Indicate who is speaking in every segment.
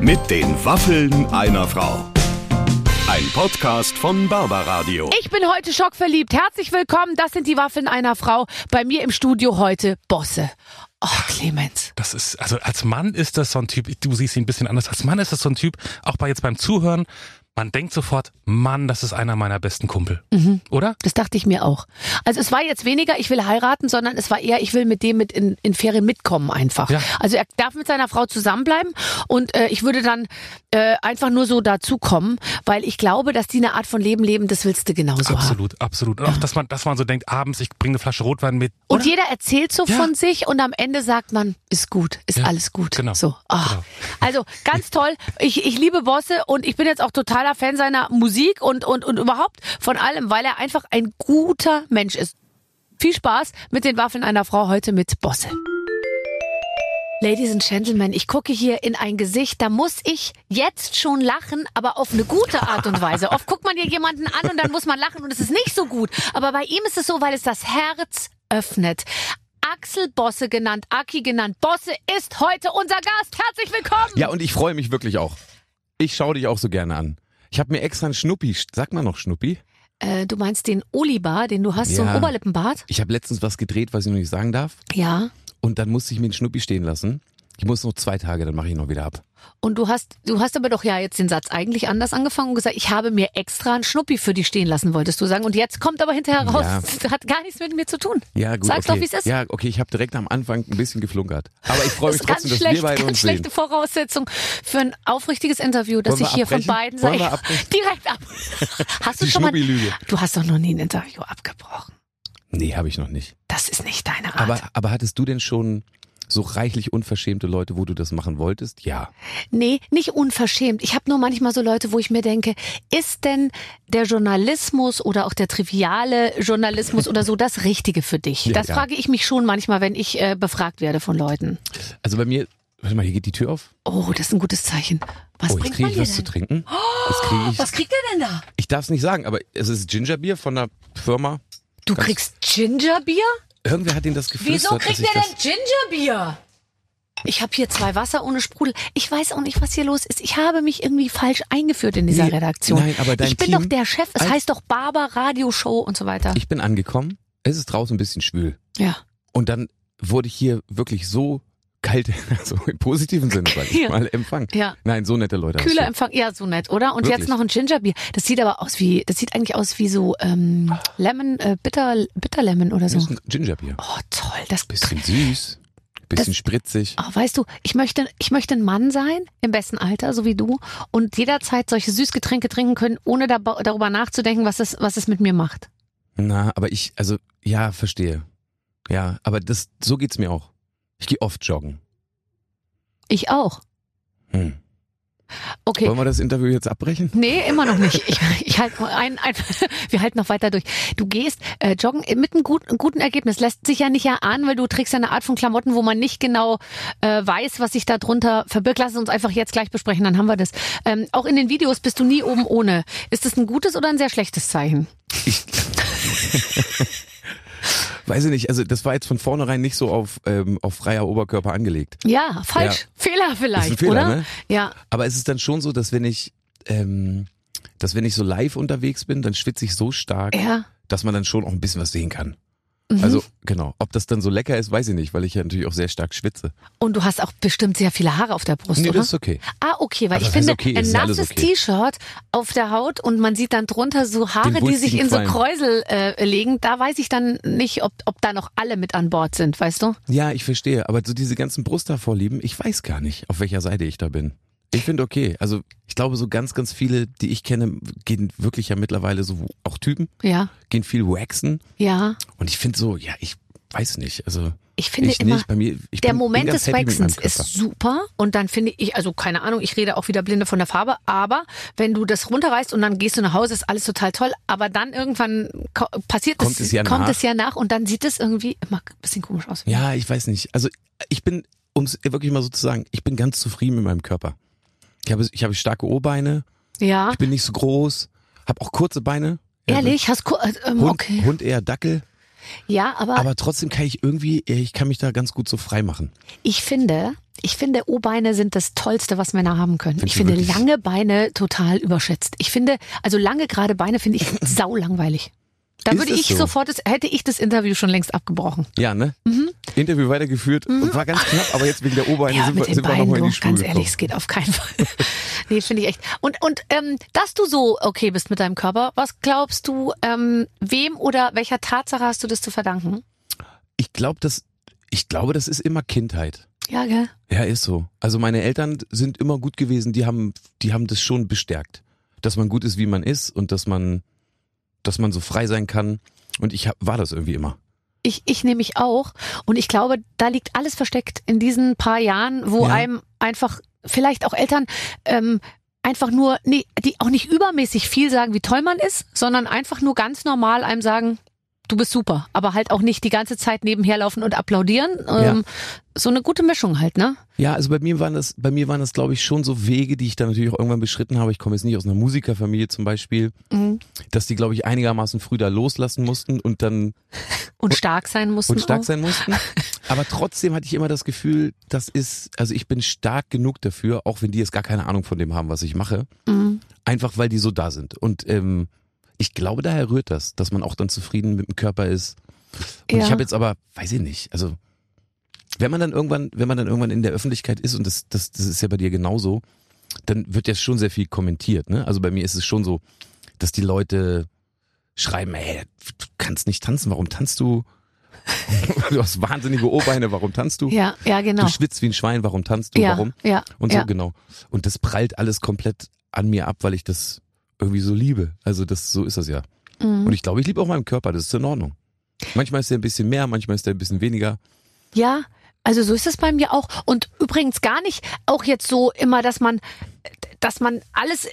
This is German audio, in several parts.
Speaker 1: Mit den Waffeln einer Frau. Ein Podcast von Barbaradio.
Speaker 2: Ich bin heute schockverliebt. Herzlich willkommen. Das sind die Waffeln einer Frau. Bei mir im Studio heute Bosse. Oh, Clemens.
Speaker 3: Das ist, also als Mann ist das so ein Typ, du siehst ihn ein bisschen anders, als Mann ist das so ein Typ, auch bei jetzt beim Zuhören, man denkt sofort, Mann, das ist einer meiner besten Kumpel.
Speaker 2: Mhm.
Speaker 3: Oder?
Speaker 2: Das dachte ich mir auch. Also es war jetzt weniger, ich will heiraten, sondern es war eher, ich will mit dem mit in, in Ferien mitkommen einfach.
Speaker 3: Ja.
Speaker 2: Also er darf mit seiner Frau zusammenbleiben und äh, ich würde dann äh, einfach nur so dazukommen, weil ich glaube, dass die eine Art von Leben leben, das willst du genauso haben.
Speaker 3: Absolut, absolut. Und auch, dass man, dass man so denkt, abends, ich bringe eine Flasche Rotwein mit.
Speaker 2: Und
Speaker 3: Oder?
Speaker 2: jeder erzählt so
Speaker 3: Ja.
Speaker 2: von sich und am Ende sagt man, ist gut, ist
Speaker 3: Ja,
Speaker 2: alles gut.
Speaker 3: genau,
Speaker 2: So. Ah.
Speaker 3: genau.
Speaker 2: Also ganz toll. Ich, ich liebe Bosse und ich bin jetzt auch totaler Fan seiner Musik und, und, und überhaupt von allem, weil er einfach ein guter Mensch ist. Viel Spaß mit den Waffeln einer Frau heute mit Bosse. Ladies and Gentlemen, ich gucke hier in ein Gesicht, da muss ich jetzt schon lachen, aber auf eine gute Art und Weise. Oft guckt man hier jemanden an und dann muss man lachen und es ist nicht so gut. Aber bei ihm ist es so, weil es das Herz öffnet. Axel Bosse genannt, Aki genannt. Bosse ist heute unser Gast. Herzlich willkommen.
Speaker 4: Ja, und ich freue mich wirklich auch. Ich schaue dich auch so gerne an. Ich habe mir extra einen Schnuppi, sag mal noch Schnuppi.
Speaker 2: Äh, du meinst den Olibar, den du hast, so ein
Speaker 4: Ja.
Speaker 2: Oberlippenbart?
Speaker 4: Ich habe letztens was gedreht, was ich noch nicht sagen darf.
Speaker 2: Ja.
Speaker 4: Und dann musste ich mir den Schnuppi stehen lassen. Ich muss noch zwei Tage, dann mache ich ihn noch wieder ab.
Speaker 2: Und du hast, du hast aber doch ja jetzt den Satz eigentlich anders angefangen und gesagt, ich habe mir extra einen Schnuppi für dich stehen lassen, wolltest du sagen. Und jetzt kommt aber hinterher raus,
Speaker 4: Ja.
Speaker 2: das hat gar nichts mit mir zu tun.
Speaker 4: Ja, gut.
Speaker 2: Sag's
Speaker 4: okay.
Speaker 2: doch, wie es ist.
Speaker 4: Ja, okay, ich habe direkt am Anfang ein bisschen geflunkert. Aber ich freue
Speaker 2: Das
Speaker 4: mich
Speaker 2: ist ganz
Speaker 4: trotzdem, dass
Speaker 2: schlecht,
Speaker 4: wir beide
Speaker 2: ganz
Speaker 4: uns
Speaker 2: schlechte
Speaker 4: sehen.
Speaker 2: Voraussetzung für ein aufrichtiges Interview, dass
Speaker 4: Wollen wir
Speaker 2: ich hier von
Speaker 4: abbrechen?
Speaker 2: beiden
Speaker 4: Wollen
Speaker 2: Seiten
Speaker 4: wir abbrechen?
Speaker 2: direkt ab. Hast du
Speaker 4: Die
Speaker 2: schon mal?
Speaker 4: Schnuppi-Lüge.
Speaker 2: Du hast doch noch nie ein Interview abgebrochen.
Speaker 4: Nee, habe ich noch nicht.
Speaker 2: Das ist nicht deine Art.
Speaker 4: Aber, aber hattest du denn schon so reichlich unverschämte Leute, wo du das machen wolltest? Ja.
Speaker 2: Nee, nicht unverschämt. Ich habe nur manchmal so Leute, wo ich mir denke, ist denn der Journalismus oder auch der triviale Journalismus oder so das Richtige für dich?
Speaker 4: Ja,
Speaker 2: das
Speaker 4: ja.
Speaker 2: frage ich mich schon manchmal, wenn ich äh, befragt werde von Leuten.
Speaker 4: Also bei mir, warte mal, hier geht die Tür auf.
Speaker 2: Oh, das ist ein gutes Zeichen. Was
Speaker 4: oh, jetzt
Speaker 2: bringt
Speaker 4: kriege
Speaker 2: man
Speaker 4: ich
Speaker 2: dir
Speaker 4: was
Speaker 2: denn? Oh,
Speaker 4: zu trinken. Jetzt kriege ich
Speaker 2: Was kriegt ihr denn da?
Speaker 4: Ich darf es nicht sagen, aber es ist Gingerbier von einer Firma.
Speaker 2: Du
Speaker 4: Ganz-
Speaker 2: kriegst Gingerbier?
Speaker 4: Irgendwer hat ihnen das geflüstert.
Speaker 2: Wieso
Speaker 4: dass
Speaker 2: kriegt
Speaker 4: ich
Speaker 2: ihr denn
Speaker 4: das
Speaker 2: Gingerbier? Ich habe hier zwei Wasser ohne Sprudel. Ich weiß auch nicht, was hier los ist. Ich habe mich irgendwie falsch eingeführt in dieser
Speaker 4: Nee,
Speaker 2: Redaktion.
Speaker 4: nein, aber dein
Speaker 2: ich bin
Speaker 4: Team-
Speaker 2: doch der Chef. Es
Speaker 4: Als-
Speaker 2: heißt doch Barber Radio Show und so weiter.
Speaker 4: Ich bin angekommen. Es ist draußen ein bisschen schwül.
Speaker 2: ja.
Speaker 4: Und dann wurde ich hier wirklich so kalt, also im positiven Sinne, sag ich
Speaker 2: Ja.
Speaker 4: mal, empfangen.
Speaker 2: Ja.
Speaker 4: Nein, so nette Leute. hast
Speaker 2: Kühler
Speaker 4: du.
Speaker 2: Empfang, ja, so nett, oder? Und jetzt
Speaker 4: Wirklich.
Speaker 2: noch ein Gingerbier. Das sieht aber aus wie, das sieht eigentlich aus wie so ähm, Lemon, äh, bitter, bitter Lemon oder
Speaker 4: Das
Speaker 2: so.
Speaker 4: ist ein Gingerbier.
Speaker 2: Oh, toll. Das
Speaker 4: Bisschen süß, bisschen spritzig.
Speaker 2: Oh, weißt du, ich möchte, ich möchte ein Mann sein, im besten Alter, so wie du, und jederzeit solche Süßgetränke trinken können, ohne dab- darüber nachzudenken, was es, was es mit mir macht.
Speaker 4: Na, aber ich, also, ja, verstehe. Ja, aber das, so geht's mir auch. Ich gehe oft joggen.
Speaker 2: Ich auch.
Speaker 4: Hm.
Speaker 2: Okay.
Speaker 4: Wollen wir das Interview jetzt abbrechen?
Speaker 2: Nee, immer noch nicht. Ich, ich halt mal ein, ein, wir halten noch weiter durch. Du gehst äh, joggen mit einem guten, guten Ergebnis. Lässt sich ja nicht erahnen, weil du trägst ja eine Art von Klamotten, wo man nicht genau äh, weiß, was sich da drunter verbirgt. Lass es uns einfach jetzt gleich besprechen, dann haben wir das. Ähm, auch in den Videos bist du nie oben ohne. Ist das ein gutes oder ein sehr schlechtes Zeichen?
Speaker 4: Weiß ich nicht, also das war jetzt von vornherein nicht so auf, ähm, auf freier Oberkörper angelegt.
Speaker 2: Ja, falsch.
Speaker 4: Ja.
Speaker 2: Fehler vielleicht,
Speaker 4: Ist ein Fehler,
Speaker 2: oder?
Speaker 4: ne?
Speaker 2: Ja.
Speaker 4: Aber es ist dann schon so, dass wenn ich, ähm, dass wenn ich so live unterwegs bin, dann schwitze ich so stark,
Speaker 2: Ja. Mhm.
Speaker 4: dass man dann schon auch ein bisschen was sehen kann. Also genau, ob das dann so lecker ist, weiß ich nicht, weil ich ja natürlich auch sehr stark schwitze.
Speaker 2: Und du hast auch bestimmt sehr viele Haare auf der Brust,
Speaker 4: Nee,
Speaker 2: oder?
Speaker 4: das ist okay.
Speaker 2: Ah, okay, weil
Speaker 4: Also
Speaker 2: ich
Speaker 4: das heißt
Speaker 2: finde,
Speaker 4: okay,
Speaker 2: ein
Speaker 4: es ist alles
Speaker 2: nasses
Speaker 4: okay.
Speaker 2: T-Shirt auf der Haut und man sieht dann drunter so Haare,
Speaker 4: Den
Speaker 2: die sich in so
Speaker 4: wulstigen
Speaker 2: Kräusel äh, legen, da weiß ich dann nicht, ob, ob da noch alle mit an Bord sind, weißt du?
Speaker 4: Ja, ich verstehe, aber so diese ganzen Brusthaarvorlieben, ich weiß gar nicht, auf welcher Seite ich da bin. Ich finde okay. Also ich glaube, so ganz, ganz viele, die ich kenne, gehen wirklich ja mittlerweile so, auch Typen,
Speaker 2: Ja,
Speaker 4: gehen viel waxen.
Speaker 2: ja.
Speaker 4: Und ich finde so, ja, ich weiß nicht. Also
Speaker 2: Ich finde
Speaker 4: ich
Speaker 2: immer,
Speaker 4: nicht, bei mir, ich
Speaker 2: der
Speaker 4: bin, bin
Speaker 2: Moment
Speaker 4: ganz
Speaker 2: des
Speaker 4: happy mit
Speaker 2: Waxens
Speaker 4: meinem Körper.
Speaker 2: ist super und dann finde ich, also keine Ahnung, ich rede auch wieder blinde von der Farbe, aber wenn du das runterreißt und dann gehst du nach Hause, ist alles total toll, aber dann irgendwann ko passiert
Speaker 4: Kommt es ja
Speaker 2: kommt
Speaker 4: nach.
Speaker 2: es ja nach und dann sieht es irgendwie immer ein bisschen komisch aus.
Speaker 4: Ja, ich weiß nicht. Also ich bin, um es wirklich mal so zu sagen, ich bin ganz zufrieden mit meinem Körper. Ich habe, ich habe starke O-Beine,
Speaker 2: Ja,
Speaker 4: ich bin nicht so groß, habe auch kurze Beine. Ja, ne?
Speaker 2: ehrlich, hast du, ähm,
Speaker 4: Hund,
Speaker 2: okay. Ah.
Speaker 4: Hund eher Dackel,
Speaker 2: Ja, aber
Speaker 4: aber trotzdem kann ich irgendwie, ich kann mich da ganz gut so frei machen.
Speaker 2: Ich finde, ich finde, O-Beine sind das Tollste, was Männer haben können.
Speaker 4: Findest
Speaker 2: ich
Speaker 4: du
Speaker 2: finde
Speaker 4: wirklich?
Speaker 2: lange Beine total überschätzt. Ich finde, also lange gerade Beine finde ich sau langweilig. Da
Speaker 4: Ist
Speaker 2: würde
Speaker 4: es
Speaker 2: ich
Speaker 4: so?
Speaker 2: sofort, das, hätte ich das Interview schon längst abgebrochen.
Speaker 4: Ja, ne? Interview weitergeführt. Und war ganz knapp, aber jetzt wegen der Oberbeine
Speaker 2: Mhm. Ja,
Speaker 4: sind,
Speaker 2: mit
Speaker 4: wir,
Speaker 2: den
Speaker 4: sind wir
Speaker 2: Beinen,
Speaker 4: nochmal in
Speaker 2: du,
Speaker 4: die
Speaker 2: ganz
Speaker 4: Spur
Speaker 2: ehrlich, es geht auf keinen Fall. nee, finde ich echt. Und, und ähm, dass du so okay bist mit deinem Körper, was glaubst du, ähm, wem oder welcher Tatsache hast du das zu verdanken?
Speaker 4: Ich glaube, das, ich glaube, das ist immer Kindheit.
Speaker 2: Ja, gell?
Speaker 4: Ja, ist so. Also meine Eltern sind immer gut gewesen, die haben, die haben das schon bestärkt. Dass man gut ist, wie man ist und dass man, dass man so frei sein kann. Und ich hab, war das irgendwie immer.
Speaker 2: Ich, ich nehme mich auch. Und ich glaube, da liegt alles versteckt in diesen paar Jahren, wo
Speaker 4: Ja.
Speaker 2: einem einfach vielleicht auch Eltern ähm, einfach nur, nee, die auch nicht übermäßig viel sagen, wie toll man ist, sondern einfach nur ganz normal einem sagen, du bist super. Aber halt auch nicht die ganze Zeit nebenher laufen und applaudieren. Ähm, So eine gute Mischung halt, ne?
Speaker 4: Ja, also bei mir waren das, bei mir waren das, glaube ich, schon so Wege, die ich dann natürlich auch irgendwann beschritten habe. Ich komme jetzt nicht aus einer Musikerfamilie zum Beispiel,
Speaker 2: Mhm.
Speaker 4: dass die, glaube ich, einigermaßen früh da loslassen mussten und dann
Speaker 2: Und stark sein mussten.
Speaker 4: und stark
Speaker 2: auch.
Speaker 4: sein mussten. Aber trotzdem hatte ich immer das Gefühl, das ist, also ich bin stark genug dafür, auch wenn die jetzt gar keine Ahnung von dem haben, was ich mache.
Speaker 2: Mhm.
Speaker 4: Einfach weil die so da sind. Und ähm, ich glaube, daher rührt das, dass man auch dann zufrieden mit dem Körper ist. Und
Speaker 2: Ja.
Speaker 4: ich habe jetzt aber, weiß ich nicht, also wenn man dann irgendwann, wenn man dann irgendwann in der Öffentlichkeit ist, und das, das, das ist ja bei dir genauso, dann wird ja schon sehr viel kommentiert. Ne? Also bei mir ist es schon so, dass die Leute schreiben, ey, du kannst nicht tanzen, warum tanzt du? du hast wahnsinnige O-Beine, warum tanzt du?
Speaker 2: Ja, ja, genau.
Speaker 4: Du schwitzt wie ein Schwein, warum tanzt du?
Speaker 2: ja,
Speaker 4: Warum?
Speaker 2: ja,
Speaker 4: Und so,
Speaker 2: ja.
Speaker 4: genau. Und das prallt alles komplett an mir ab, weil ich das irgendwie so liebe. Also das, so ist das ja.
Speaker 2: Mhm.
Speaker 4: Und ich glaube, ich liebe auch meinen Körper, das ist in Ordnung. Manchmal ist der ein bisschen mehr, manchmal ist der ein bisschen weniger.
Speaker 2: Ja, also so ist es bei mir auch. Und übrigens gar nicht auch jetzt so immer, dass man dass man alles äh,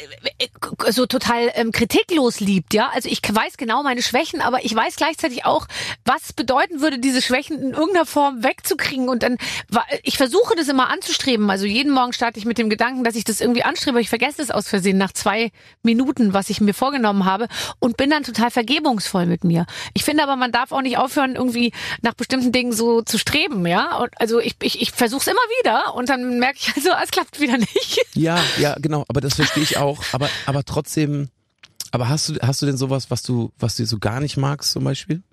Speaker 2: äh, so total ähm, kritiklos liebt, ja. Also ich weiß genau meine Schwächen, aber ich weiß gleichzeitig auch, was es bedeuten würde, diese Schwächen in irgendeiner Form wegzukriegen. Und dann, wa- ich versuche das immer anzustreben. Also jeden Morgen starte ich mit dem Gedanken, dass ich das irgendwie anstrebe. aber Ich vergesse es aus Versehen nach zwei Minuten, was ich mir vorgenommen habe und bin dann total vergebungsvoll mit mir. Ich finde aber, man darf auch nicht aufhören, irgendwie nach bestimmten Dingen so zu streben, ja. Und also ich, ich, ich versuche es immer wieder und dann merke ich, also es klappt wieder nicht.
Speaker 4: Ja, ja, genau. Aber das verstehe ich auch. Aber, aber trotzdem, aber hast du, hast du denn sowas, was du, was du so gar nicht magst zum Beispiel?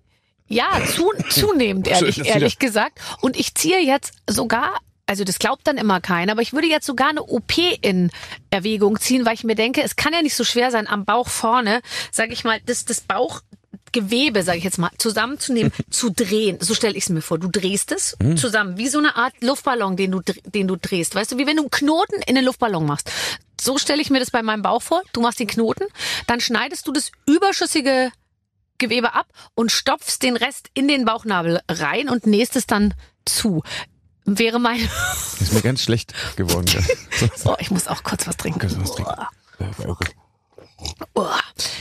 Speaker 2: Ja, zu, zunehmend, ehrlich,
Speaker 4: Schön, dass
Speaker 2: ehrlich gesagt. Und ich ziehe jetzt sogar, also das glaubt dann immer keiner, aber ich würde jetzt sogar eine OP in Erwägung ziehen, weil ich mir denke, es kann ja nicht so schwer sein, am Bauch vorne, sage ich mal, das, das Bauchgewebe, sage ich jetzt mal, zusammenzunehmen, zu drehen. So stelle ich es mir vor. Du drehst es
Speaker 4: Hm.
Speaker 2: zusammen, wie so eine Art Luftballon, den du, dr- den du drehst. Weißt du, wie wenn du einen Knoten in den Luftballon machst. So stelle ich mir das bei meinem Bauch vor. Du machst den Knoten, dann schneidest du das überschüssige Gewebe ab und stopfst den Rest in den Bauchnabel rein und nähst es dann zu. Wäre mein.
Speaker 4: Ist mir ganz schlecht geworden. Ja.
Speaker 2: Oh, ich muss auch kurz was trinken.
Speaker 4: Kannst du was trinken?
Speaker 2: Oh,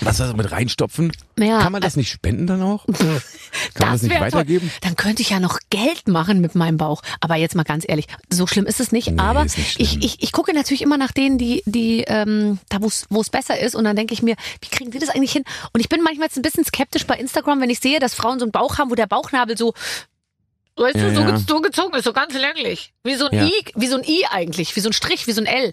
Speaker 4: Was war das mit reinstopfen?
Speaker 2: Ja.
Speaker 4: Kann man das nicht spenden dann auch? Kann man das nicht
Speaker 2: wär toll.
Speaker 4: weitergeben?
Speaker 2: Dann könnte ich ja noch Geld machen mit meinem Bauch. Aber jetzt mal ganz ehrlich, so schlimm ist es nicht.
Speaker 4: Nee,
Speaker 2: aber
Speaker 4: ist nicht schlimm.
Speaker 2: ich, ich, ich gucke natürlich immer nach denen, die, die ähm, da wo es besser ist. Und dann denke ich mir, wie kriegen die das eigentlich hin? Und ich bin manchmal jetzt ein bisschen skeptisch bei Instagram, wenn ich sehe, dass Frauen so einen Bauch haben, wo der Bauchnabel so, weißt
Speaker 4: Ja,
Speaker 2: du, so,
Speaker 4: ja.
Speaker 2: ge- so gezogen ist, so ganz länglich. Wie so ein
Speaker 4: Ja.
Speaker 2: I, wie so ein I eigentlich, wie so ein Strich, wie so ein L.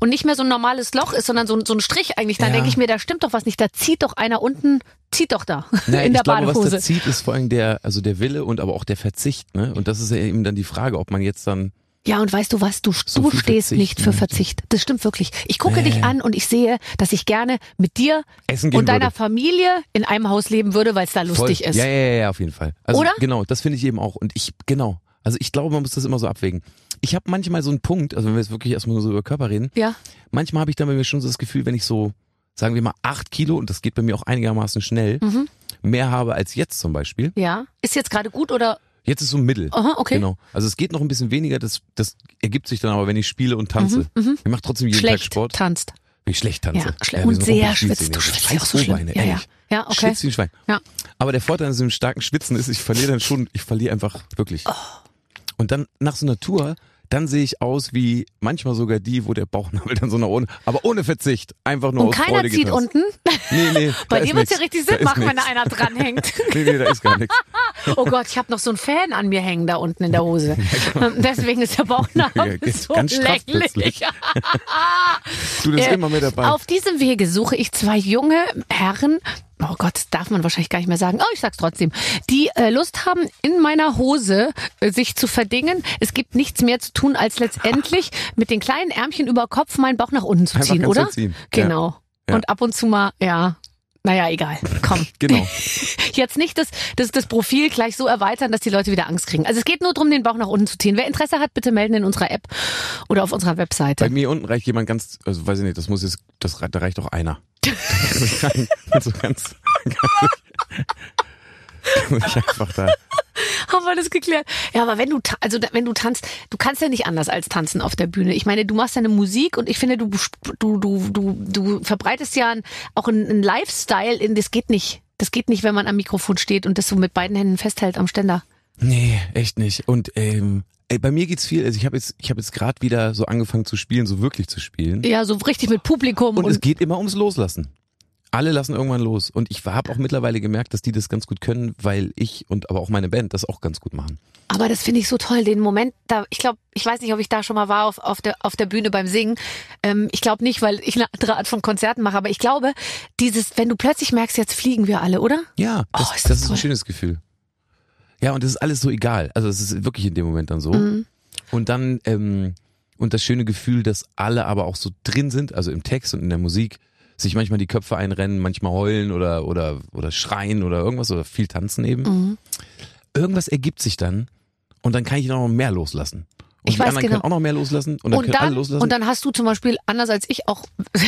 Speaker 2: Und nicht mehr so ein normales Loch ist, sondern so, ein- so ein Strich eigentlich. Dann
Speaker 4: Ja.
Speaker 2: denke ich mir, da stimmt doch was nicht. Da zieht doch einer unten, zieht doch da.
Speaker 4: Naja,
Speaker 2: in der
Speaker 4: ich glaube,
Speaker 2: Badehose.
Speaker 4: was da zieht, ist vor allem der, also der Wille und aber auch der Verzicht. Ne? Und das ist ja eben dann die Frage, ob man jetzt dann
Speaker 2: Ja, und weißt du was, du,
Speaker 4: So
Speaker 2: du
Speaker 4: viel
Speaker 2: stehst
Speaker 4: Verzicht,
Speaker 2: nicht für
Speaker 4: ne?
Speaker 2: Verzicht. Das stimmt wirklich. Ich gucke
Speaker 4: Nee.
Speaker 2: dich an und ich sehe, dass ich gerne mit dir
Speaker 4: essen gehen
Speaker 2: und deiner
Speaker 4: würde.
Speaker 2: Familie in einem Haus leben würde, weil es da lustig
Speaker 4: Voll.
Speaker 2: ist.
Speaker 4: Ja, ja, ja, ja, auf jeden Fall. Also,
Speaker 2: Oder?
Speaker 4: Genau, das finde ich eben auch. Und ich, genau. Also ich glaube, man muss das immer so abwägen. Ich habe manchmal so einen Punkt, also wenn wir jetzt wirklich erstmal nur so über Körper reden,
Speaker 2: Ja.
Speaker 4: manchmal habe ich dann bei mir schon so das Gefühl, wenn ich so, sagen wir mal, acht Kilo, und das geht bei mir auch einigermaßen schnell,
Speaker 2: Mhm.
Speaker 4: mehr habe als jetzt zum Beispiel.
Speaker 2: Ja. Ist jetzt gerade gut oder?
Speaker 4: Jetzt ist so ein Mittel.
Speaker 2: Aha, okay.
Speaker 4: Genau. Also es geht noch ein bisschen weniger, das, das ergibt sich dann aber, wenn ich spiele und tanze. Ich mache trotzdem jeden
Speaker 2: Mhm, Schlecht
Speaker 4: Tag Sport.
Speaker 2: tanzt.
Speaker 4: Wenn ich schlecht tanze.
Speaker 2: Ja, schle
Speaker 4: Ja, wie so
Speaker 2: und
Speaker 4: ein
Speaker 2: sehr
Speaker 4: Rumpelstilzchen,
Speaker 2: schwitzt. Du
Speaker 4: ey.
Speaker 2: schwitzt ja
Speaker 4: Scheiß
Speaker 2: auch so schlimm.
Speaker 4: Ohrbeine,
Speaker 2: Ja, ja.
Speaker 4: ehrlich.
Speaker 2: ja, okay.
Speaker 4: Schwitzt wie ein Schwein.
Speaker 2: Ja.
Speaker 4: Aber der Vorteil an diesem
Speaker 2: Oh.
Speaker 4: starken Schwitzen ist, ich verliere dann schon, ich verliere einfach wirklich. Und dann nach so einer Tour, dann sehe ich aus wie manchmal sogar die, wo der Bauchnabel dann so nach unten, aber ohne Verzicht, einfach nur
Speaker 2: Und
Speaker 4: aus
Speaker 2: keiner
Speaker 4: Freude
Speaker 2: zieht
Speaker 4: getanzt.
Speaker 2: unten.
Speaker 4: Nee, nee,
Speaker 2: Bei
Speaker 4: da
Speaker 2: dir
Speaker 4: ist
Speaker 2: wird's ja
Speaker 4: nix.
Speaker 2: richtig
Speaker 4: Da
Speaker 2: Sinn
Speaker 4: ist
Speaker 2: machen, wenn da
Speaker 4: nix.
Speaker 2: einer dranhängt.
Speaker 4: Nee, nee, da ist gar nichts.
Speaker 2: Oh Gott, ich habe noch so einen Fan an mir hängen da unten in der Hose. Deswegen ist der Bauchnabel
Speaker 4: genau. Ja,
Speaker 2: so
Speaker 4: ganz straff
Speaker 2: länglich.
Speaker 4: plötzlich. Du bist
Speaker 2: Äh,
Speaker 4: immer mit dabei.
Speaker 2: Auf diesem Wege suche ich zwei junge Herren, oh Gott, das darf man wahrscheinlich gar nicht mehr sagen, oh, ich sag's trotzdem, die äh, Lust haben, in meiner Hose äh, sich zu verdingen. Es gibt nichts mehr zu tun, als letztendlich mit den kleinen Ärmchen über Kopf meinen Bauch nach unten zu
Speaker 4: Einfach
Speaker 2: ziehen,
Speaker 4: ganz
Speaker 2: oder?
Speaker 4: so ziehen. Ja.
Speaker 2: Genau.
Speaker 4: Ja.
Speaker 2: Und ab und zu mal, ja. Naja, egal. Komm.
Speaker 4: Genau.
Speaker 2: Jetzt nicht das, das, das Profil gleich so erweitern, dass die Leute wieder Angst kriegen. Also es geht nur darum, den Bauch nach unten zu ziehen. Wer Interesse hat, bitte melden in unserer App oder auf unserer Webseite.
Speaker 4: Bei mir unten reicht jemand ganz, also weiß ich nicht, das muss jetzt, das, rei- da reicht doch einer. so ganz, ganz, ich einfach da.
Speaker 2: Haben wir das geklärt? Ja, aber wenn du, ta- also da- wenn du tanzt, du kannst ja nicht anders als tanzen auf der Bühne. Ich meine, du machst deine Musik und ich finde, du, sp- du, du, du, du verbreitest ja ein, auch einen einen Lifestyle in, das geht nicht. Das geht nicht, wenn man am Mikrofon steht und das so mit beiden Händen festhält am Ständer.
Speaker 4: Nee, echt nicht. Und ähm, ey, bei mir geht's viel. Also ich habe jetzt, ich habe jetzt gerade wieder so angefangen zu spielen, so wirklich zu spielen.
Speaker 2: Ja, so richtig mit Publikum und,
Speaker 4: Und es geht immer ums Loslassen. Alle lassen irgendwann los. Und ich habe auch mittlerweile gemerkt, dass die das ganz gut können, weil ich und aber auch meine Band das auch ganz gut machen.
Speaker 2: aber das finde ich so toll, den Moment, da, ich glaube, ich weiß nicht, ob ich da schon mal war auf, auf, der, auf der Bühne beim Singen. Ähm, ich glaube nicht, weil ich eine andere Art von Konzerten mache, aber ich glaube, dieses, wenn du plötzlich merkst, jetzt fliegen wir alle, oder?
Speaker 4: Ja, das,
Speaker 2: Oh, ist
Speaker 4: ist,
Speaker 2: das
Speaker 4: das ist
Speaker 2: toll.
Speaker 4: ein schönes Gefühl. Ja, und das ist alles so egal. Also es ist wirklich in dem Moment dann so.
Speaker 2: Mhm.
Speaker 4: Und dann, ähm, und das schöne Gefühl, dass alle aber auch so drin sind, also im Text und in der Musik, sich manchmal die Köpfe einrennen, manchmal heulen oder, oder, oder schreien oder irgendwas oder viel tanzen eben.
Speaker 2: Mhm.
Speaker 4: Irgendwas ergibt sich dann und dann kann ich noch mehr loslassen. Und
Speaker 2: Ich
Speaker 4: die
Speaker 2: weiß
Speaker 4: anderen
Speaker 2: genau.
Speaker 4: können auch noch mehr loslassen und dann
Speaker 2: und
Speaker 4: können alle
Speaker 2: dann,
Speaker 4: loslassen.
Speaker 2: und dann hast du zum Beispiel, anders als ich auch,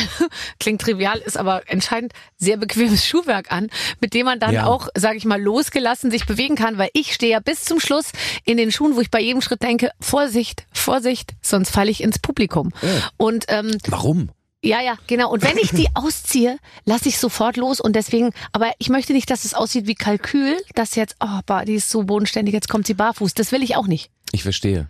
Speaker 2: klingt trivial, ist aber entscheidend, sehr bequemes Schuhwerk an, mit dem man dann
Speaker 4: Ja.
Speaker 2: auch, sage ich mal, losgelassen sich bewegen kann, weil ich stehe ja bis zum Schluss in den Schuhen, wo ich bei jedem Schritt denke, Vorsicht, Vorsicht, sonst falle ich ins Publikum. Und ähm,
Speaker 4: Warum?
Speaker 2: ja, ja, genau. Und wenn ich die ausziehe, lasse ich sofort los. Und deswegen, aber ich möchte nicht, dass es aussieht wie Kalkül, dass jetzt, oh, bah, die ist so bodenständig, jetzt kommt sie barfuß. Das will ich auch nicht.
Speaker 4: Ich verstehe.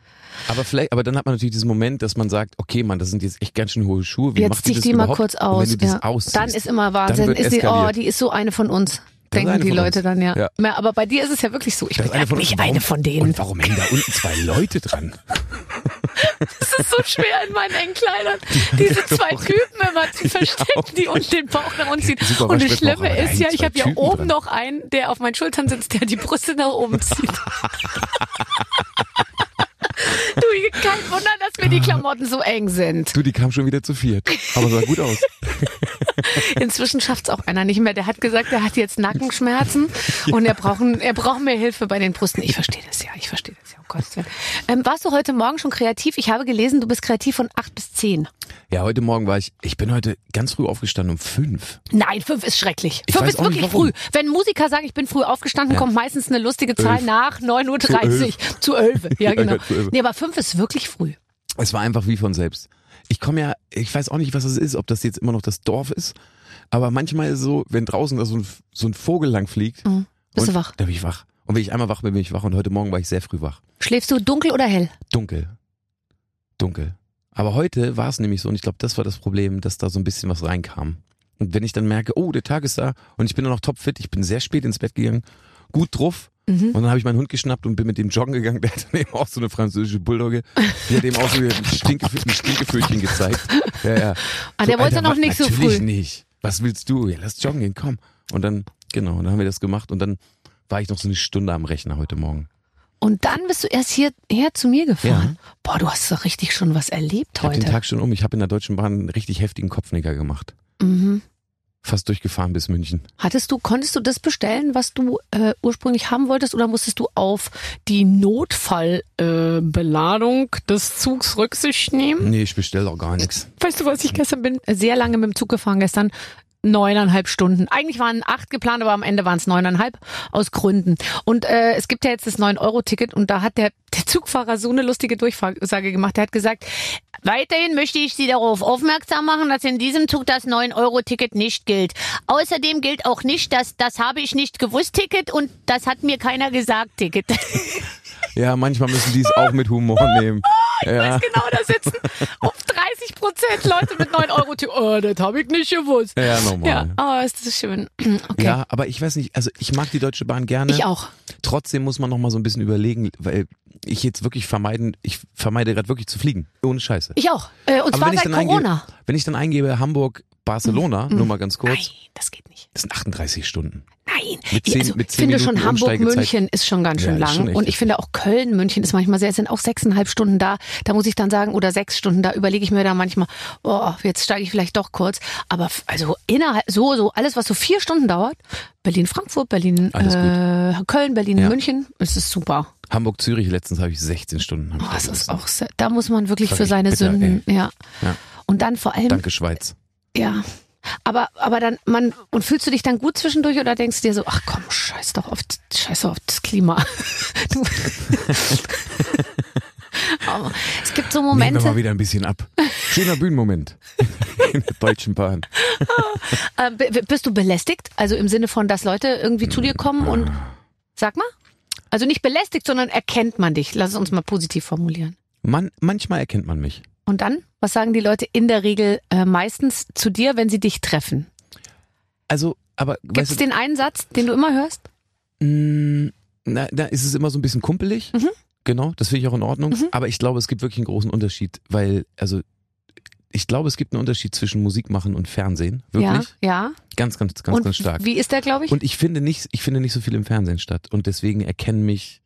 Speaker 4: Aber vielleicht, aber dann hat man natürlich diesen Moment, dass man sagt, okay, Mann, das sind jetzt echt ganz schön hohe Schuhe. Wie
Speaker 2: Jetzt
Speaker 4: macht
Speaker 2: zieh ich
Speaker 4: das
Speaker 2: die mal
Speaker 4: überhaupt?
Speaker 2: kurz
Speaker 4: Und
Speaker 2: aus.
Speaker 4: Wenn du das
Speaker 2: ja.
Speaker 4: ausziehst,
Speaker 2: dann ist immer Wahnsinn.
Speaker 4: wird
Speaker 2: Ist die, oh,
Speaker 4: eskaliert.
Speaker 2: die ist so eine von uns.
Speaker 4: Das ist
Speaker 2: Denken
Speaker 4: eine
Speaker 2: die
Speaker 4: von
Speaker 2: Leute
Speaker 4: uns.
Speaker 2: dann ja.
Speaker 4: Ja.
Speaker 2: Na, aber bei dir ist es ja wirklich so. Ich
Speaker 4: Da
Speaker 2: bin
Speaker 4: ist eine von uns.
Speaker 2: nicht
Speaker 4: Warum-
Speaker 2: eine von denen.
Speaker 4: Und warum hängen da unten zwei Leute dran?
Speaker 2: Das ist so schwer in meinen engen Kleidern, diese zwei Typen immer zu verstecken, die uns den Bauch nach unten ziehen.
Speaker 4: Super,
Speaker 2: Und
Speaker 4: was
Speaker 2: das
Speaker 4: schleppt man
Speaker 2: Schlimme
Speaker 4: auch? Da
Speaker 2: ist
Speaker 4: hängen
Speaker 2: ja, ich
Speaker 4: zwei
Speaker 2: habe ja
Speaker 4: Typen
Speaker 2: oben
Speaker 4: dran.
Speaker 2: noch einen, der auf meinen Schultern sitzt, der die Brüste nach oben zieht. du, kein Wunder, dass mir die Klamotten so eng sind.
Speaker 4: Du, die kam schon wieder zu viert. Aber sah gut aus.
Speaker 2: Inzwischen schafft's auch einer nicht mehr. Der hat gesagt, er hat jetzt Nackenschmerzen und er braucht, er braucht mehr Hilfe bei den Brüsten. Ich verstehe das ja, ich verstehe das ja. Um Gottes Willen. Ähm, warst du heute Morgen schon kreativ? Ich habe gelesen, du bist kreativ von 8 bis 10.
Speaker 4: Ja, heute Morgen war ich, ich bin heute ganz früh aufgestanden um fünf.
Speaker 2: Nein, 5 ist schrecklich.
Speaker 4: Ich
Speaker 2: 5
Speaker 4: weiß
Speaker 2: ist
Speaker 4: auch nicht,
Speaker 2: wirklich früh.
Speaker 4: warum.
Speaker 2: Wenn Musiker sagen, ich bin früh aufgestanden, kommt meistens eine lustige Zahl
Speaker 4: Elf.
Speaker 2: nach 9.30 Uhr zu 11. Ja,
Speaker 4: Ja,
Speaker 2: genau.
Speaker 4: Gott, zu elf.
Speaker 2: Nee, aber 5 ist wirklich früh.
Speaker 4: Es war einfach wie von selbst. Ich komme ja, ich weiß auch nicht, was das ist, ob das jetzt immer noch das Dorf ist. Aber manchmal ist es so, wenn draußen da so ein, so ein Vogel lang fliegt.
Speaker 2: Bist
Speaker 4: und,
Speaker 2: du wach?
Speaker 4: Da bin ich wach. Und wenn ich einmal wach bin, bin ich wach. Und heute Morgen war ich sehr früh wach.
Speaker 2: Schläfst du dunkel oder hell?
Speaker 4: Dunkel. Dunkel. Aber heute war es nämlich so, und ich glaube, das war das Problem, dass da so ein bisschen was reinkam. Und wenn ich dann merke, oh, der Tag ist da und ich bin nur noch topfit, ich bin sehr spät ins Bett gegangen, gut drauf.
Speaker 2: Mhm.
Speaker 4: Und dann habe ich meinen Hund geschnappt und bin mit dem joggen gegangen. Der hat dann eben auch so eine französische Bulldogge. Die hat eben auch so ein Stinke- ein Stinkevötchen gezeigt. Ja, ja.
Speaker 2: Ah, der wollte
Speaker 4: Alter,
Speaker 2: noch
Speaker 4: mach-
Speaker 2: nicht so
Speaker 4: natürlich
Speaker 2: früh.
Speaker 4: nicht. Was willst du? Ja, lass joggen gehen, komm. Und dann, genau, dann haben wir das gemacht. Und dann war ich noch so eine Stunde am Rechner heute Morgen.
Speaker 2: Und dann bist du erst hierher zu mir gefahren. Boah, du hast doch richtig schon was erlebt
Speaker 4: Ich habe den
Speaker 2: heute.
Speaker 4: Tag schon um. Ich habe in der Deutschen Bahn einen richtig heftigen Kopfnicker gemacht.
Speaker 2: Mhm.
Speaker 4: Fast durchgefahren bis München.
Speaker 2: Hattest du, konntest du das bestellen, was du äh, ursprünglich haben wolltest, oder musstest du auf die Notfallbeladung äh, Beladung des Zugs Rücksicht nehmen?
Speaker 4: Nee, ich bestelle auch gar nichts.
Speaker 2: Weißt du, was ich gestern bin? Sehr lange mit dem Zug gefahren gestern. Neuneinhalb Stunden. Eigentlich waren acht geplant, aber am Ende waren es neuneinhalb aus Gründen. Und äh, es gibt ja jetzt das 9-Euro-Ticket und da hat der, der Zugfahrer so eine lustige Durchsage gemacht. Der hat gesagt, weiterhin möchte ich Sie darauf aufmerksam machen, dass in diesem Zug das 9-Euro-Ticket nicht gilt. Außerdem gilt auch nicht das Das habe ich nicht gewusst Ticket und das hat mir keiner gesagt Ticket.
Speaker 4: Ja, manchmal müssen die es auch mit Humor nehmen.
Speaker 2: ich weiß genau, da sitzen auf 30 Prozent Leute mit 9 euro -Tü Oh, das habe ich nicht gewusst.
Speaker 4: Ja, normal.
Speaker 2: Ja, oh, ist das schön. Okay.
Speaker 4: Ja, aber ich weiß nicht, also ich mag die Deutsche Bahn gerne.
Speaker 2: Ich auch.
Speaker 4: Trotzdem muss man noch mal so ein bisschen überlegen, weil ich jetzt wirklich vermeiden, ich vermeide gerade wirklich zu fliegen. Ohne Scheiße.
Speaker 2: Ich auch. Äh, und zwar seit Corona. Mhm.
Speaker 4: Eingebe, wenn ich dann eingebe Hamburg, Barcelona, nur mal ganz kurz,
Speaker 2: Nein, das geht nicht.
Speaker 4: das sind 38 Stunden.
Speaker 2: Nein.
Speaker 4: Mit
Speaker 2: Ich-
Speaker 4: zehn-
Speaker 2: also,
Speaker 4: mit
Speaker 2: ich
Speaker 4: zehn
Speaker 2: finde
Speaker 4: Minuten
Speaker 2: schon Hamburg,
Speaker 4: Umsteigezeit.
Speaker 2: München ist schon ganz schön
Speaker 4: Ja, ist
Speaker 2: lang.
Speaker 4: schon echt
Speaker 2: und ich finde auch Köln, München ist manchmal sehr, es sind auch sechseinhalb Stunden da. Da muss ich dann sagen, oder sechs Stunden, da überlege ich mir da manchmal, oh, jetzt steige ich vielleicht doch kurz. Aber f- also innerhalb, so, so, alles, was so vier Stunden dauert, Berlin, Frankfurt, Berlin,
Speaker 4: Alles
Speaker 2: äh, Köln, Berlin,
Speaker 4: Ja.
Speaker 2: München, es ist super.
Speaker 4: Hamburg, Zürich, letztens habe ich 16 Stunden. hab ich
Speaker 2: Oh, das ist
Speaker 4: gesessen.
Speaker 2: auch, sehr- da muss man wirklich
Speaker 4: Das
Speaker 2: für
Speaker 4: ist
Speaker 2: seine
Speaker 4: bitter,
Speaker 2: Sünden, ja.
Speaker 4: Ja.
Speaker 2: Und dann vor allem,
Speaker 4: Danke, Schweiz. Ähm.
Speaker 2: ja. Aber, aber dann, man, und fühlst du dich dann gut zwischendurch oder denkst du dir so, ach komm, scheiß doch auf, scheiß doch auf das Klima. Du. Aber es gibt so
Speaker 4: Nehmen wir mal
Speaker 2: Momente,
Speaker 4: wieder ein bisschen ab. Schöner Bühnenmoment. In der Deutschen Bahn.
Speaker 2: äh, b- b- bist du belästigt? Also im Sinne von, dass Leute irgendwie zu dir kommen und, sag mal? Also nicht belästigt, sondern erkennt man dich. Lass es uns mal positiv formulieren.
Speaker 4: Man, manchmal erkennt man mich.
Speaker 2: Und dann, was sagen die Leute in der Regel äh, meistens zu dir, wenn sie dich treffen?
Speaker 4: Also, aber
Speaker 2: Gibt es
Speaker 4: weißt
Speaker 2: den einen Satz, den du immer hörst?
Speaker 4: du, mh, na, da ist es immer so ein bisschen kumpelig.
Speaker 2: Mhm.
Speaker 4: Genau, das finde ich auch in Ordnung. Aber ich glaube, es gibt wirklich einen großen Unterschied, weil, also, ich glaube, es gibt einen Unterschied zwischen Musik machen und Fernsehen. Wirklich.
Speaker 2: Ja, ja.
Speaker 4: Ganz, ganz, ganz,
Speaker 2: und
Speaker 4: ganz stark.
Speaker 2: Wie ist der, glaube ich?
Speaker 4: Und ich finde nicht, ich finde nicht so viel im Fernsehen statt. Und deswegen erkennen mich,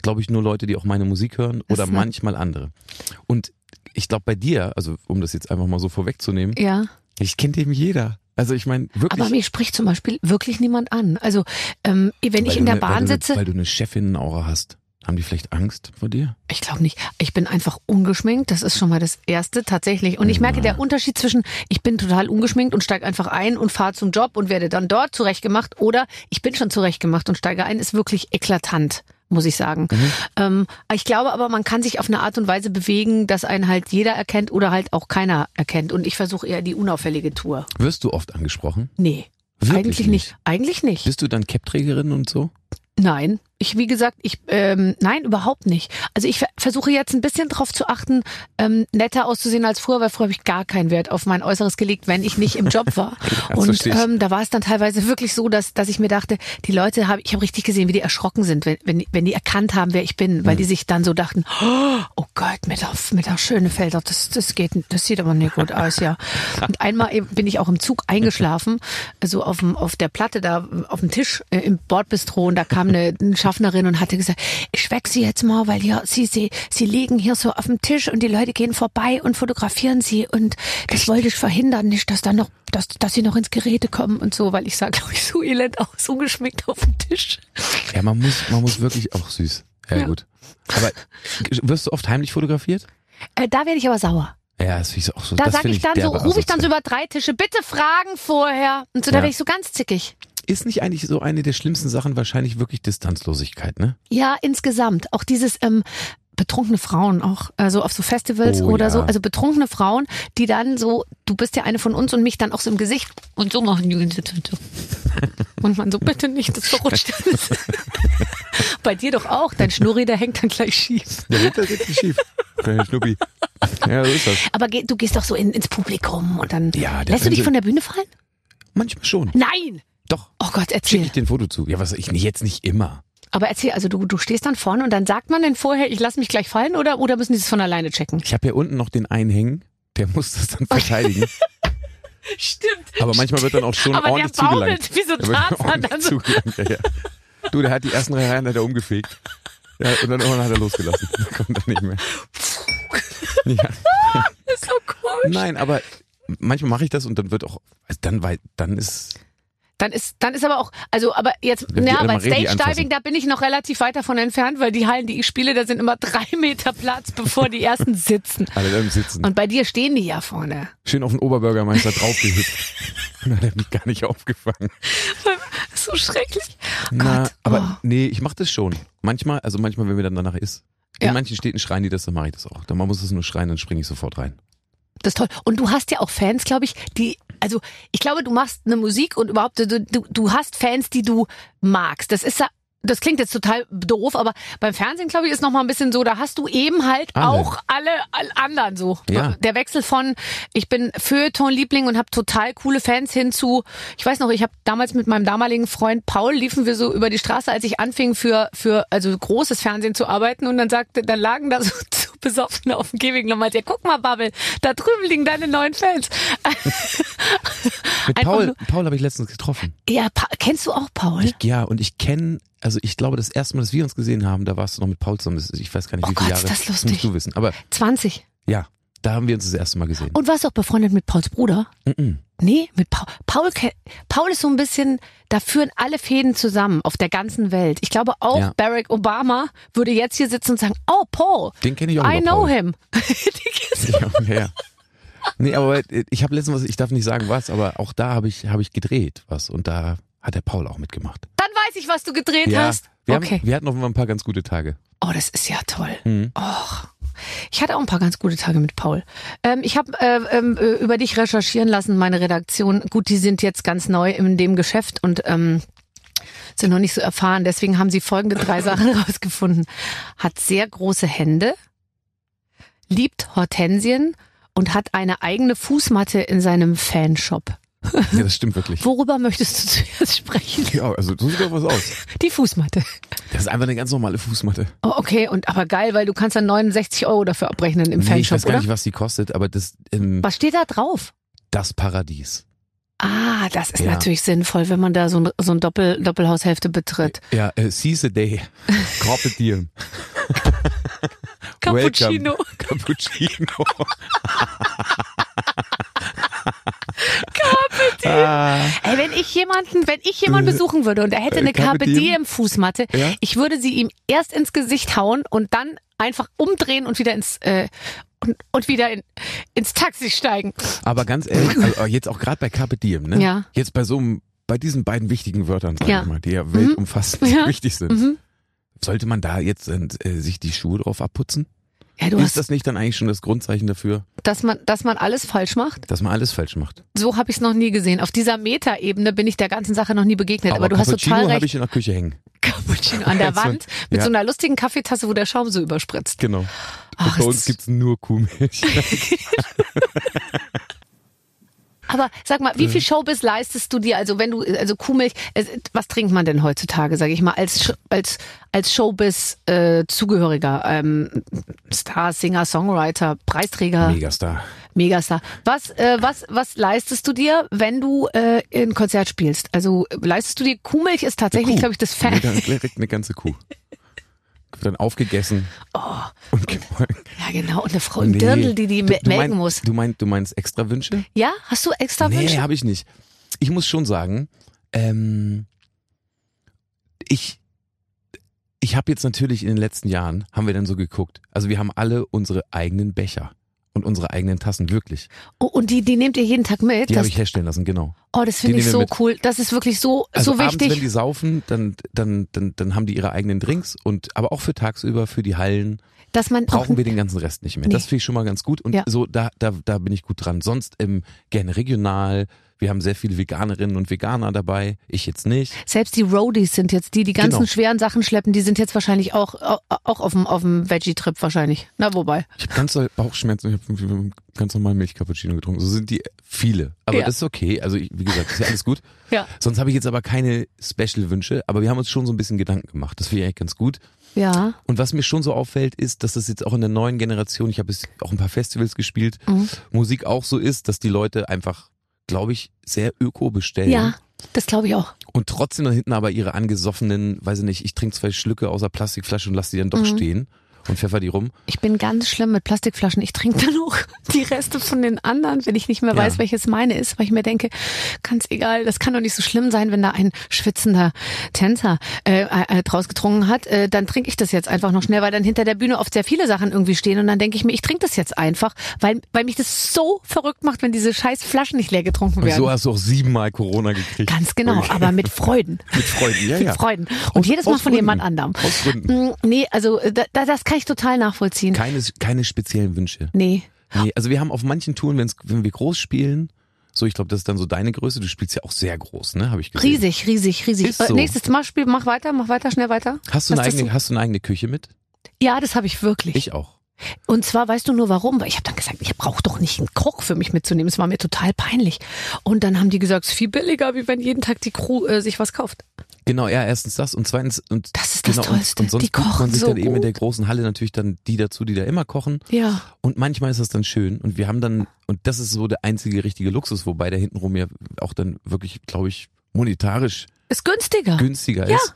Speaker 4: glaube ich, nur Leute, die auch meine Musik hören
Speaker 2: Das
Speaker 4: oder
Speaker 2: ist ne-
Speaker 4: manchmal andere. Und ich glaube, bei dir, also um das jetzt einfach mal so vorwegzunehmen,
Speaker 2: ja.
Speaker 4: ich kennt eben jeder. Also ich meine, wirklich.
Speaker 2: Aber mich spricht zum Beispiel wirklich niemand an. Also ähm, wenn
Speaker 4: Weil
Speaker 2: ich
Speaker 4: du
Speaker 2: in der
Speaker 4: ne- weil
Speaker 2: Bahn
Speaker 4: du ne-
Speaker 2: sitze,
Speaker 4: Weil du eine Chefinnenaura hast. Haben die vielleicht Angst vor dir?
Speaker 2: ich glaube nicht, ich bin einfach ungeschminkt. Das ist schon mal das Erste tatsächlich. Und ich merke der Unterschied zwischen, ich bin total ungeschminkt und steige einfach ein und fahre zum Job und werde dann dort zurechtgemacht oder ich bin schon zurechtgemacht und steige ein, ist wirklich eklatant. Muss ich sagen.
Speaker 4: Mhm.
Speaker 2: Ähm, ich glaube aber, man kann sich auf eine Art und Weise bewegen, dass einen halt jeder erkennt oder halt auch keiner erkennt. Und ich versuche eher die unauffällige Tour.
Speaker 4: Wirst du oft angesprochen?
Speaker 2: Nee.
Speaker 4: Wirklich
Speaker 2: eigentlich nicht. Eigentlich nicht.
Speaker 4: Bist du dann Cap-Trägerin und so?
Speaker 2: Nein, ich wie gesagt, ich ähm, nein überhaupt nicht. Also ich ver versuche jetzt ein bisschen drauf zu achten, ähm, netter auszusehen als früher, weil früher habe ich gar keinen Wert auf mein Äußeres gelegt, wenn ich nicht im Job war.
Speaker 4: Das
Speaker 2: und
Speaker 4: verstehe ich.
Speaker 2: ähm, da war es dann teilweise wirklich so, dass dass ich mir dachte, die Leute haben, ich habe richtig gesehen, wie die erschrocken sind, wenn wenn, die- wenn die erkannt haben, wer ich bin,
Speaker 4: Hm.
Speaker 2: weil die sich dann so dachten, oh Gott, mit der, mit der Schönefelder, das das geht, das sieht aber nicht gut aus, ja. Und einmal eben bin ich auch im Zug eingeschlafen, so auf dem auf der Platte da auf dem Tisch äh, im Bordbistro und da kam eine, eine Schaffnerin und hatte gesagt, ich weck sie jetzt mal, weil hier sie sie sie liegen hier so auf dem Tisch und die Leute gehen vorbei und fotografieren sie und das wollte ich verhindern, nicht dass dann noch dass dass sie noch ins Gerede kommen und so, weil ich sah glaube ich so elend aus, ungeschminkt auf dem Tisch.
Speaker 4: Ja, man muss, man muss wirklich auch süß. Ja,
Speaker 2: Ja.
Speaker 4: gut. Aber wirst du oft heimlich fotografiert?
Speaker 2: Äh, da werde ich aber sauer.
Speaker 4: Ja, das finde ich auch so.
Speaker 2: Da
Speaker 4: das
Speaker 2: sage
Speaker 4: finde
Speaker 2: ich dann so,
Speaker 4: derbe
Speaker 2: rufe ich dann so
Speaker 4: asozial.
Speaker 2: über drei Tische, bitte fragen vorher. Und so, da
Speaker 4: Ja.
Speaker 2: werde ich so ganz zickig.
Speaker 4: Ist nicht eigentlich so eine der schlimmsten Sachen wahrscheinlich wirklich Distanzlosigkeit, ne?
Speaker 2: Ja, insgesamt. Auch dieses ähm, betrunkene Frauen auch, also auf so Festivals
Speaker 4: Oh,
Speaker 2: oder
Speaker 4: ja.
Speaker 2: so. Also betrunkene Frauen, die dann so, du bist ja eine von uns und mich dann auch so im Gesicht und so machen die ganze Zeit so. Und man so, bitte nicht, das verrutscht alles. Bei dir doch auch, dein Schnurri, der hängt dann gleich schief.
Speaker 4: Der Winter geht nicht schief. Kleiner Schnuppi. Ja, so ist das.
Speaker 2: Aber geh, du gehst doch so in, ins Publikum und dann
Speaker 4: Ja, der
Speaker 2: lässt du dich
Speaker 4: Fernseh-
Speaker 2: von der Bühne fallen?
Speaker 4: Manchmal schon.
Speaker 2: Nein!
Speaker 4: Doch.
Speaker 2: Oh Gott,
Speaker 4: Schicke
Speaker 2: erzähl.
Speaker 4: ich dir ein Foto zu. Ja, was ich nee, jetzt nicht immer.
Speaker 2: Aber erzähl, also du, du stehst dann vorne und dann sagt man denn vorher, ich lasse mich gleich fallen oder, oder müssen die es von alleine checken?
Speaker 4: Ich habe hier unten noch den einen hängen, der muss das dann verteidigen.
Speaker 2: Stimmt.
Speaker 4: Aber manchmal wird dann auch schon
Speaker 2: Aber
Speaker 4: ordentlich
Speaker 2: der baumelt
Speaker 4: zugelangt.
Speaker 2: wie so
Speaker 4: Da wird
Speaker 2: Tarzan
Speaker 4: ordentlich
Speaker 2: dann so.
Speaker 4: zugelangt, ja, ja. Du, der hat die ersten drei Reihen hat er umgefegt. Ja, und dann irgendwann hat er losgelassen. Da kommt er nicht mehr. Ja.
Speaker 2: Das ist so cool.
Speaker 4: Nein, aber manchmal mache ich das und dann wird auch, also dann, wei- dann ist,
Speaker 2: Dann ist, dann ist aber auch, also aber jetzt,
Speaker 4: Wenn die
Speaker 2: ja, bei
Speaker 4: Annemarie die
Speaker 2: Stage Diving,
Speaker 4: anfassen.
Speaker 2: da bin ich noch relativ weit davon entfernt, weil die Hallen, die ich spiele, da sind immer drei Meter Platz, bevor die ersten sitzen.
Speaker 4: alle da im Sitzen.
Speaker 2: Und bei dir stehen die ja vorne.
Speaker 4: schön auf den Oberbürgermeister draufgehüpft. Dann hat er mich gar nicht aufgefangen.
Speaker 2: So schrecklich.
Speaker 4: Na,
Speaker 2: Gott. oh.
Speaker 4: aber nee, ich mache das schon. Manchmal, also manchmal, wenn mir dann danach ist. In
Speaker 2: Ja.
Speaker 4: manchen Städten schreien die das, dann mache ich das auch. Dann muss es nur schreien, dann springe ich sofort rein.
Speaker 2: Das ist toll. Und du hast ja auch Fans, glaube ich, die, also ne ich glaube, du machst eine Musik und überhaupt, du, du, du hast Fans, die du magst. Das ist ja das klingt jetzt total doof, aber beim Fernsehen, glaube ich, ist noch mal ein bisschen so, da hast du eben halt
Speaker 4: Alle.
Speaker 2: auch alle, alle anderen so.
Speaker 4: Ja.
Speaker 2: Der Wechsel von ich bin Feuilleton-Liebling und habe total coole Fans hin zu, ich weiß noch, ich habe damals mit meinem damaligen Freund Paul liefen wir so über die Straße, als ich anfing für für also großes Fernsehen zu arbeiten und dann sagte, dann lagen da so so besoffen auf dem Gehweg nochmal, ja, guck mal, Babbel, da drüben liegen deine neuen Fans.
Speaker 4: Mit
Speaker 2: Einfach
Speaker 4: Paul,
Speaker 2: nur-
Speaker 4: Paul habe ich letztens getroffen.
Speaker 2: Ja, pa kennst du auch Paul?
Speaker 4: Ich, ja, und ich kenne, also ich glaube, das erste Mal, dass wir uns gesehen haben, da warst du noch mit Paul zusammen. Das ist- Ich weiß gar nicht,
Speaker 2: Oh
Speaker 4: wie viele
Speaker 2: Gott,
Speaker 4: Jahre.
Speaker 2: ist das lustig.
Speaker 4: musst du wissen. Aber
Speaker 2: 20.
Speaker 4: ja, da haben wir uns das erste Mal gesehen.
Speaker 2: Und warst du auch befreundet mit Pauls Bruder?
Speaker 4: Mhm.
Speaker 2: Nee, mit Paul. Paul, ke- Paul ist so ein bisschen, da führen alle Fäden zusammen auf der ganzen Welt. Ich glaube auch
Speaker 4: Ja.
Speaker 2: Barack Obama würde jetzt hier sitzen und sagen, oh Paul,
Speaker 4: Den kenne ich auch
Speaker 2: I
Speaker 4: über
Speaker 2: know
Speaker 4: Paul.
Speaker 2: him. Die kennst du.
Speaker 4: Ja, ja, ja. Nee, aber ich habe letztens was, ich darf nicht sagen was, aber auch da habe ich, hab ich gedreht was und da hat der Paul auch mitgemacht.
Speaker 2: Dann weiß ich, was du gedreht hast.
Speaker 4: wir,
Speaker 2: Ah, okay.
Speaker 4: haben, wir hatten offenbar ein paar ganz gute Tage.
Speaker 2: oh, das ist ja toll.
Speaker 4: Mhm.
Speaker 2: Och. Ich hatte auch ein paar ganz gute Tage mit Paul. Ähm, ich habe äh, ähm, äh, über dich recherchieren lassen, meine Redaktion. Gut, die sind jetzt ganz neu in dem Geschäft und ähm, sind noch nicht so erfahren. Deswegen haben sie folgende drei Sachen rausgefunden. Hat sehr große Hände, liebt Hortensien und hat eine eigene Fußmatte in seinem Fanshop.
Speaker 4: Ja, das stimmt wirklich.
Speaker 2: Worüber möchtest du zuerst sprechen?
Speaker 4: Ja, also so sieht doch was aus.
Speaker 2: Die Fußmatte.
Speaker 4: Das ist einfach eine ganz normale Fußmatte.
Speaker 2: Oh, okay, und aber geil, weil du kannst dann 69 Euro dafür abrechnen im
Speaker 4: ich
Speaker 2: Fanshop,
Speaker 4: weiß gar
Speaker 2: oder?
Speaker 4: nicht, was die kostet, aber das, ähm,
Speaker 2: Was steht da drauf?
Speaker 4: das Paradies.
Speaker 2: Ah, das ist
Speaker 4: Ja.
Speaker 2: natürlich sinnvoll, wenn man da so ein, so ein Doppel, Doppelhaushälfte betritt.
Speaker 4: Ja, äh, seize day. Groppe Deal.
Speaker 2: Cappuccino.
Speaker 4: Welcome. Cappuccino. ah,
Speaker 2: Ey, wenn ich jemanden, wenn ich jemanden besuchen würde und er hätte
Speaker 4: Äh,
Speaker 2: eine
Speaker 4: Carpe
Speaker 2: Carpe Diem
Speaker 4: Diem
Speaker 2: Fußmatte,
Speaker 4: Ja?
Speaker 2: ich würde sie ihm erst ins Gesicht hauen und dann einfach umdrehen und wieder ins äh, und, und wieder in, ins Taxi steigen.
Speaker 4: aber ganz ehrlich, also jetzt auch gerade bei Carpe Diem, ne?
Speaker 2: Ja.
Speaker 4: Jetzt bei so einem, bei diesen beiden wichtigen Wörtern, sag
Speaker 2: Ja.
Speaker 4: ich mal, die ja weltumfassend
Speaker 2: Ja.
Speaker 4: wichtig sind.
Speaker 2: Mhm.
Speaker 4: Sollte man da jetzt äh, sich die Schuhe drauf abputzen?
Speaker 2: Ja, du
Speaker 4: Ist
Speaker 2: hast,
Speaker 4: das nicht dann eigentlich schon das Grundzeichen dafür,
Speaker 2: dass man, dass man alles falsch macht.
Speaker 4: dass man alles falsch macht?
Speaker 2: So habe ich es noch nie gesehen. Auf dieser Metaebene bin ich der ganzen Sache noch nie begegnet. Aber, du hast
Speaker 4: Cappuccino
Speaker 2: total
Speaker 4: habe
Speaker 2: recht.
Speaker 4: ich in der Küche hängen.
Speaker 2: Cappuccino an der
Speaker 4: Als man-
Speaker 2: Wand mit
Speaker 4: ja.
Speaker 2: so einer lustigen Kaffeetasse, wo der Schaum so überspritzt.
Speaker 4: Genau.
Speaker 2: Ach, Ah,
Speaker 4: bei
Speaker 2: es
Speaker 4: uns
Speaker 2: ist-
Speaker 4: gibt's nur Kuhmilch.
Speaker 2: Aber sag mal,
Speaker 4: Äh.
Speaker 2: wie viel Showbiz leistest du dir? Also wenn du, also Kuhmilch, es- was trinkt man denn heutzutage, sage ich mal, als Sch- als als Showbiz-Zugehöriger, ähm, Star, Singer, Songwriter, Preisträger,
Speaker 4: Megastar.
Speaker 2: Megastar. Was äh, was was leistest du dir, wenn du äh, ein Konzert spielst? Also äh, leistest du dir Kuhmilch ist tatsächlich,
Speaker 4: Kuh.
Speaker 2: glaube ich, das Fan.
Speaker 4: Mega- Direkt eine ganze Kuh. Wird dann aufgegessen. Oh. Und gemolken.
Speaker 2: Ja genau, und eine Frau im Dirndl, die die
Speaker 4: Du-
Speaker 2: me-
Speaker 4: du
Speaker 2: melken
Speaker 4: mein-
Speaker 2: muss.
Speaker 4: Du, mein, du meinst extra Wünsche?
Speaker 2: Ja, hast du extra
Speaker 4: Nee,
Speaker 2: Wünsche?
Speaker 4: habe ich nicht. Ich muss schon sagen, ähm, ich, ich habe jetzt natürlich in den letzten Jahren, haben wir dann so geguckt, also wir haben alle unsere eigenen Becher und unsere eigenen Tassen, wirklich.
Speaker 2: Oh, und die die nehmt ihr jeden Tag mit?
Speaker 4: Die
Speaker 2: das,
Speaker 4: habe ich herstellen lassen, genau.
Speaker 2: oh, das finde
Speaker 4: die
Speaker 2: ich
Speaker 4: nehmen
Speaker 2: so
Speaker 4: wir mit.
Speaker 2: cool. Das ist wirklich so
Speaker 4: Also
Speaker 2: so
Speaker 4: abends,
Speaker 2: wichtig.
Speaker 4: wenn die saufen, dann, dann, dann, dann haben die ihre eigenen Drinks und aber auch für tagsüber, für die Hallen
Speaker 2: dass man
Speaker 4: brauchen wir den ganzen Rest nicht mehr.
Speaker 2: Nee.
Speaker 4: Das finde ich schon mal ganz gut und
Speaker 2: Ja.
Speaker 4: so da, da, da bin ich gut dran. Sonst ähm, gerne regional. Wir haben sehr viele Veganerinnen und Veganer dabei. Ich jetzt nicht.
Speaker 2: selbst die Roadies sind jetzt die, die ganzen
Speaker 4: Genau.
Speaker 2: schweren Sachen schleppen, die sind jetzt wahrscheinlich auch auch, auch auf dem auf dem Veggie Trip wahrscheinlich. Na wobei.
Speaker 4: Ich habe ganz doll Bauchschmerzen. Ich habe ganz normal Milchcappuccino getrunken. So sind die viele, aber
Speaker 2: Ja.
Speaker 4: das ist okay. Also ich, wie gesagt, ist ja alles gut.
Speaker 2: Ja.
Speaker 4: Sonst habe ich jetzt aber keine Special Wünsche. Aber wir haben uns schon so ein bisschen Gedanken gemacht. Das finde ich eigentlich ganz gut.
Speaker 2: Ja.
Speaker 4: Und was mir schon so auffällt, ist, dass das jetzt auch in der neuen Generation, ich habe jetzt auch ein paar Festivals gespielt,
Speaker 2: Mhm.
Speaker 4: Musik auch so ist, dass die Leute einfach, glaube ich, sehr öko bestellen
Speaker 2: Ja, das glaube ich auch.
Speaker 4: und trotzdem da hinten aber ihre angesoffenen, weiß ich nicht, ich trinke zwei Schlücke aus der Plastikflasche und lasse die dann doch
Speaker 2: Mhm.
Speaker 4: stehen und pfeffer die rum.
Speaker 2: Ich bin ganz schlimm mit Plastikflaschen. Ich trinke dann auch die Reste von den anderen, wenn ich nicht mehr
Speaker 4: Ja.
Speaker 2: weiß, welches meine ist, weil ich mir denke, ganz egal, das kann doch nicht so schlimm sein, wenn da ein schwitzender Tänzer äh, äh, draus getrunken hat. Äh, dann trinke ich das jetzt einfach noch schnell, weil dann hinter der Bühne oft sehr viele Sachen irgendwie stehen und dann denke ich mir, ich trinke das jetzt einfach, weil, weil mich das so verrückt macht, wenn diese scheiß Flaschen nicht leer getrunken
Speaker 4: Und
Speaker 2: werden.
Speaker 4: so hast du auch siebenmal Corona gekriegt.
Speaker 2: Ganz genau,
Speaker 4: Okay.
Speaker 2: aber mit Freuden.
Speaker 4: Mit Freuden, ja,
Speaker 2: mit
Speaker 4: ja.
Speaker 2: Freuden. Und
Speaker 4: Aus-
Speaker 2: jedes Mal
Speaker 4: aus
Speaker 2: von
Speaker 4: Gründen.
Speaker 2: jemand anderem.
Speaker 4: Aus Gründen.
Speaker 2: Mm, Nee, also äh, da, da- das kann ich total nachvollziehen.
Speaker 4: Keine, keine speziellen Wünsche.
Speaker 2: Nee.
Speaker 4: Nee, also wir haben auf manchen Touren, wenn's, wenn wir groß spielen So, ich glaube, das ist dann so deine Größe. Du spielst ja auch sehr groß, ne? Habe ich gesehen.
Speaker 2: Riesig, riesig, riesig.
Speaker 4: Ist so.
Speaker 2: Äh, Nächstes Mal spiel, mach weiter, mach weiter, schnell weiter.
Speaker 4: Hast du, eine
Speaker 2: Was das
Speaker 4: eigene, hast du eine eigene Küche mit?
Speaker 2: Ja, das habe ich wirklich.
Speaker 4: Ich auch.
Speaker 2: Und zwar weißt du nur warum, weil ich habe dann gesagt, ich brauche doch nicht einen Koch für mich mitzunehmen. Es war mir total peinlich. Und dann haben die gesagt, es ist viel billiger, wie wenn jeden Tag die Crew äh, sich was kauft.
Speaker 4: Genau, ja, erstens das und zweitens und
Speaker 2: Das ist das
Speaker 4: genau,
Speaker 2: Tollste.
Speaker 4: Und, und sonst
Speaker 2: Die
Speaker 4: bucht man
Speaker 2: kochen
Speaker 4: sich
Speaker 2: so
Speaker 4: dann eben in der
Speaker 2: gut.
Speaker 4: großen Halle natürlich dann die dazu, die da immer kochen.
Speaker 2: Ja.
Speaker 4: Und manchmal ist das dann schön und wir haben dann und das ist so der einzige richtige Luxus, wobei der hintenrum ja auch dann wirklich, glaube ich, monetarisch
Speaker 2: Ist günstiger.
Speaker 4: günstiger
Speaker 2: Ah. Ja.
Speaker 4: ist.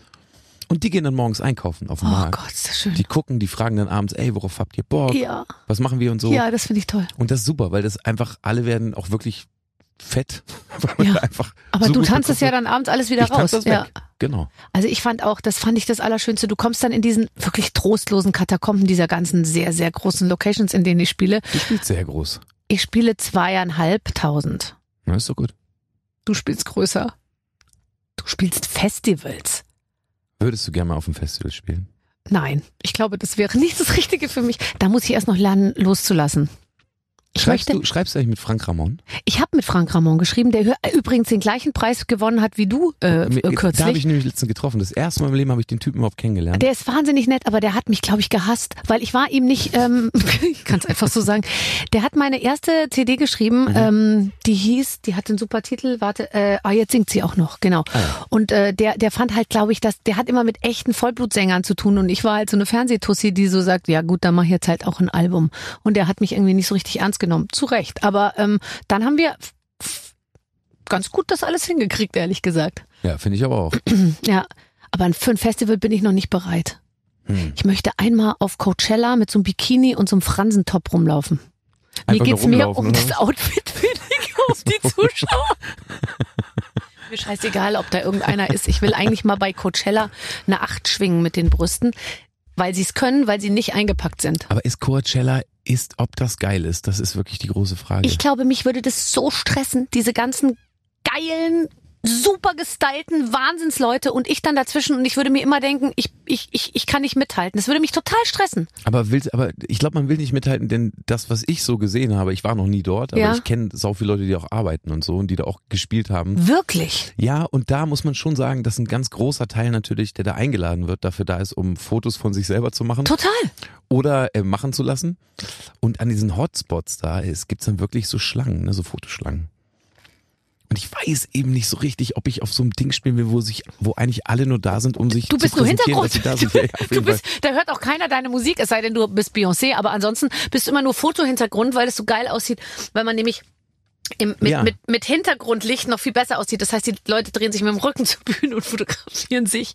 Speaker 4: Und die gehen dann morgens einkaufen auf dem
Speaker 2: oh
Speaker 4: Markt.
Speaker 2: Gott, ist das schön.
Speaker 4: Die gucken, die fragen dann abends, ey, worauf habt ihr Bock?
Speaker 2: ja.
Speaker 4: Was machen wir und so?
Speaker 2: ja, das finde ich toll.
Speaker 4: Und das ist super, weil das einfach alle werden auch wirklich fett, weil
Speaker 2: Ja.
Speaker 4: wir einfach
Speaker 2: Aber
Speaker 4: so
Speaker 2: du
Speaker 4: gut
Speaker 2: tanzt es ja
Speaker 4: bekochen.
Speaker 2: dann abends alles wieder
Speaker 4: ich
Speaker 2: raus.
Speaker 4: tanze Das
Speaker 2: ja.
Speaker 4: weg. Genau.
Speaker 2: Also ich fand auch, das fand ich das Allerschönste. Du kommst dann in diesen wirklich trostlosen Katakomben dieser ganzen sehr, sehr großen Locations, in denen ich spiele.
Speaker 4: Du spielst sehr groß.
Speaker 2: Ich spiele zweieinhalbtausend.
Speaker 4: Na, ist doch gut.
Speaker 2: Du spielst größer. Du spielst Festivals.
Speaker 4: Würdest du gerne mal auf dem Festival spielen?
Speaker 2: Nein, ich glaube, das wäre nicht das Richtige für mich. Da muss ich erst noch lernen, loszulassen. Ich
Speaker 4: schreibst,
Speaker 2: möchte,
Speaker 4: du, schreibst du eigentlich mit Frank Ramon?
Speaker 2: ich habe mit Frank Ramon geschrieben, der hö- übrigens den gleichen Preis gewonnen hat wie du äh,
Speaker 4: Mir-
Speaker 2: äh,
Speaker 4: Da habe
Speaker 2: kürzlich.
Speaker 4: ich nämlich letztens getroffen. Das erste Mal im Leben habe ich den Typen überhaupt kennengelernt.
Speaker 2: Der ist wahnsinnig nett, aber der hat mich, glaube ich, gehasst, weil ich war ihm nicht, ähm, ich kann es einfach so sagen. Der hat meine erste CD geschrieben, ähm, die hieß, die hat einen super Titel, warte, äh, ah, jetzt singt sie auch noch, genau. Und äh, der, der fand halt, glaube ich, dass der hat immer mit echten Vollblutsängern zu tun und ich war halt so eine Fernsehtussi, die so sagt, ja gut, dann mach ich jetzt halt auch ein Album. Und der hat mich irgendwie nicht so richtig ernst genommen, zu Recht. Aber ähm, dann haben wir f- f- ganz gut das alles hingekriegt, ehrlich gesagt.
Speaker 4: ja, finde ich aber auch.
Speaker 2: Ja, aber für ein Festival bin ich noch nicht bereit.
Speaker 4: Hm.
Speaker 2: Ich möchte einmal auf Coachella mit so einem Bikini und so einem Fransentop rumlaufen. Mir
Speaker 4: Einfach
Speaker 2: geht's
Speaker 4: nur
Speaker 2: mehr
Speaker 4: rumlaufen, ne?
Speaker 2: um
Speaker 4: oder
Speaker 2: das Outfit, weniger um die Zuschauer. Mir scheißegal, ob da irgendeiner ist. Ich will eigentlich mal bei Coachella eine Acht schwingen mit den Brüsten, weil sie es können, weil sie nicht eingepackt sind.
Speaker 4: Aber ist Coachella, ist, ob das geil ist? Das ist wirklich die große Frage.
Speaker 2: Ich glaube, mich würde das so stressen, diese ganzen geilen, super gestylten Wahnsinnsleute und ich dann dazwischen und ich würde mir immer denken, ich, ich, ich, ich kann nicht mithalten. Das würde mich total stressen.
Speaker 4: aber willst, aber ich glaube, man will nicht mithalten, denn das, was ich so gesehen habe, ich war noch nie dort, aber
Speaker 2: Ja.
Speaker 4: ich kenne so viele Leute, die auch arbeiten und so und die da auch gespielt haben.
Speaker 2: Wirklich.
Speaker 4: Ja, und da muss man schon sagen, dass ein ganz großer Teil natürlich, der da eingeladen wird, dafür da ist, um Fotos von sich selber zu machen.
Speaker 2: Total.
Speaker 4: oder äh, machen zu lassen. Und an diesen Hotspots da es gibt's dann wirklich so Schlangen, ne, so Fotoschlangen. Und ich weiß eben nicht so richtig, ob ich auf so einem Ding spielen will, wo sich, wo eigentlich alle nur da sind, um sich
Speaker 2: Du bist
Speaker 4: zu
Speaker 2: nur
Speaker 4: präsentieren,
Speaker 2: Hintergrund.
Speaker 4: dass sie da sind. Ja, ja, auf
Speaker 2: du
Speaker 4: jeden Fall.
Speaker 2: bist, da hört auch keiner deine Musik, es sei denn, du bist Beyoncé, aber ansonsten bist du immer nur Fotohintergrund, weil es so geil aussieht, weil man nämlich im, mit,
Speaker 4: Ja.
Speaker 2: mit, mit Hintergrundlicht noch viel besser aussieht. Das heißt, die Leute drehen sich mit dem Rücken zur Bühne und fotografieren sich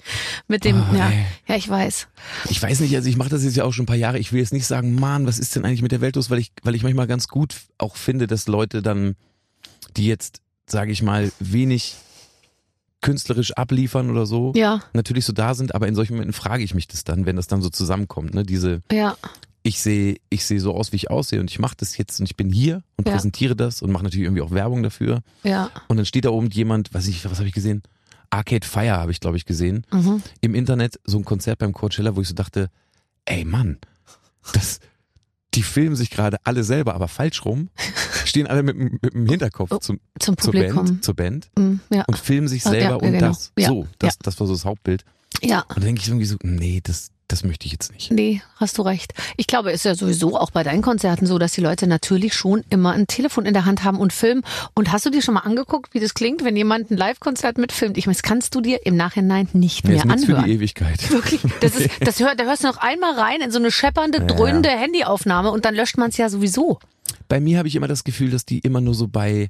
Speaker 2: mit dem.
Speaker 4: Oh,
Speaker 2: ja,
Speaker 4: ey.
Speaker 2: ja, ich weiß.
Speaker 4: Ich weiß nicht, also ich mache das jetzt ja auch schon ein paar Jahre. Ich will jetzt nicht sagen, Mann, was ist denn eigentlich mit der Welt los, weil ich, weil ich manchmal ganz gut auch finde, dass Leute dann, die jetzt, sage ich mal, wenig künstlerisch abliefern oder so,
Speaker 2: Ja,
Speaker 4: natürlich so da sind, aber in solchen Momenten frage ich mich das dann, wenn das dann so zusammenkommt, ne? Diese,
Speaker 2: ja.
Speaker 4: ich sehe ich sehe so aus, wie ich aussehe und ich mache das jetzt und ich bin hier und
Speaker 2: Ja.
Speaker 4: präsentiere das und mache natürlich irgendwie auch Werbung dafür.
Speaker 2: Ja,
Speaker 4: Und dann steht da oben jemand, weiß ich, was habe ich gesehen? Arcade Fire habe ich, glaube ich, gesehen.
Speaker 2: mhm.
Speaker 4: Im Internet so ein Konzert beim Coachella, wo ich so dachte, ey Mann, das, die filmen sich gerade alle selber, aber falsch rum, stehen alle mit, dem- mit dem Hinterkopf
Speaker 2: Oh,
Speaker 4: zum,
Speaker 2: zum
Speaker 4: zur
Speaker 2: Publikum.
Speaker 4: Band, zur Band
Speaker 2: Mm, ja.
Speaker 4: und filmen sich
Speaker 2: Oh, ja,
Speaker 4: selber
Speaker 2: ja,
Speaker 4: und
Speaker 2: genau.
Speaker 4: das.
Speaker 2: Ja,
Speaker 4: So, das, das war so das Hauptbild.
Speaker 2: ja,
Speaker 4: Und dann denke ich irgendwie so, nee, das, das möchte ich jetzt nicht.
Speaker 2: nee, hast du recht. Ich glaube, ist ja sowieso auch bei deinen Konzerten so, dass die Leute natürlich schon immer ein Telefon in der Hand haben und filmen. Und hast du dir schon mal angeguckt, wie das klingt, wenn jemand ein Live-Konzert mitfilmt? Ich meine, das kannst du dir im Nachhinein nicht
Speaker 4: Nee,
Speaker 2: mehr
Speaker 4: ist nichts für die
Speaker 2: anhören.
Speaker 4: Ewigkeit.
Speaker 2: Wirklich, das ist, das hör, da hörst du noch einmal rein in so eine scheppernde,
Speaker 4: Ja,
Speaker 2: dröhnende Handyaufnahme und dann löscht man es ja sowieso.
Speaker 4: Bei mir habe ich immer das Gefühl, dass die immer nur so bei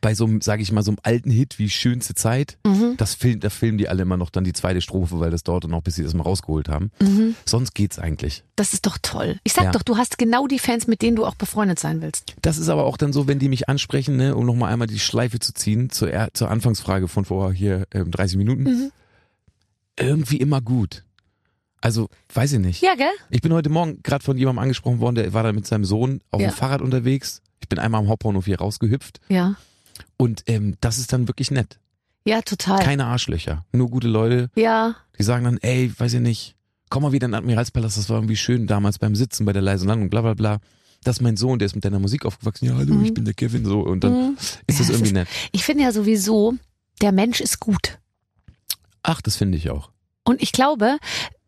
Speaker 4: bei so einem, sage ich mal, so einem alten Hit wie Schönste Zeit,
Speaker 2: Mhm.
Speaker 4: das Film, da filmen die alle immer noch dann die zweite Strophe, weil das dauert dann auch, bis sie das mal rausgeholt haben.
Speaker 2: Mhm.
Speaker 4: Sonst geht's eigentlich.
Speaker 2: Das ist doch toll. Ich sag
Speaker 4: Ja.
Speaker 2: doch, du hast genau die Fans, mit denen du auch befreundet sein willst.
Speaker 4: Das ist aber auch dann so, wenn die mich ansprechen, ne, um nochmal einmal die Schleife zu ziehen zur, er- zur Anfangsfrage von vorher hier ähm, 30 Minuten.
Speaker 2: Mhm.
Speaker 4: Irgendwie immer gut. Also, weiß ich nicht.
Speaker 2: Ja, gell?
Speaker 4: Ich bin heute Morgen gerade von jemandem angesprochen worden, der war da mit seinem Sohn auf
Speaker 2: Ja.
Speaker 4: dem Fahrrad unterwegs. Ich bin einmal am Hauptbahnhof hier rausgehüpft
Speaker 2: Ja.
Speaker 4: und ähm, das ist dann wirklich nett.
Speaker 2: Ja, total.
Speaker 4: keine Arschlöcher. Nur gute Leute,
Speaker 2: ja.
Speaker 4: die sagen dann, ey, weiß ich nicht, komm mal wieder in den Admiralspalast, das war irgendwie schön damals beim Sitzen bei der leisen Landung, bla bla bla. dass mein Sohn, der ist mit deiner Musik aufgewachsen, ja, hallo, ich bin der Kevin, so. Und dann ist das
Speaker 2: Mhm. Ja, es
Speaker 4: irgendwie
Speaker 2: ist-
Speaker 4: nett.
Speaker 2: Ich finde ja sowieso, der Mensch ist gut.
Speaker 4: Ach, das finde ich auch.
Speaker 2: Und ich glaube,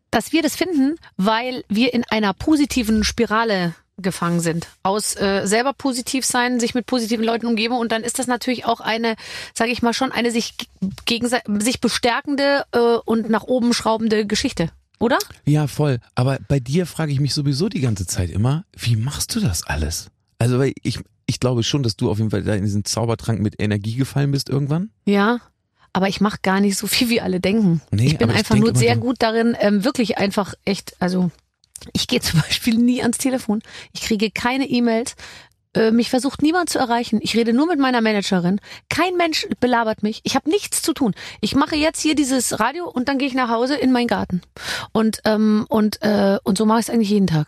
Speaker 2: dass wir das finden, weil wir in einer positiven Spirale gefangen sind. Aus äh, selber positiv sein, sich mit positiven Leuten umgeben und dann ist das natürlich auch eine, sage ich mal schon, eine sich gegenseitig sich bestärkende äh, und nach oben schraubende Geschichte, oder?
Speaker 4: Ja, voll. Aber bei dir frage ich mich sowieso die ganze Zeit immer, wie machst du das alles? Also, weil ich, ich glaube schon, dass du auf jeden Fall da in diesen Zaubertrank mit Energie gefallen bist irgendwann.
Speaker 2: Ja. Aber ich mache gar nicht so viel, wie alle denken.
Speaker 4: Nee,
Speaker 2: ich bin
Speaker 4: aber ich
Speaker 2: einfach
Speaker 4: denk
Speaker 2: nur
Speaker 4: immer,
Speaker 2: sehr
Speaker 4: du-
Speaker 2: gut darin, ähm, wirklich einfach echt, also ich gehe zum Beispiel nie ans Telefon. Ich kriege keine E-Mails. Äh, mich versucht niemand zu erreichen. Ich rede nur mit meiner Managerin. Kein Mensch belabert mich. Ich habe nichts zu tun. Ich mache jetzt hier dieses Radio und dann gehe ich nach Hause in meinen Garten. Und, ähm, und, äh, und so mache ich es eigentlich jeden Tag.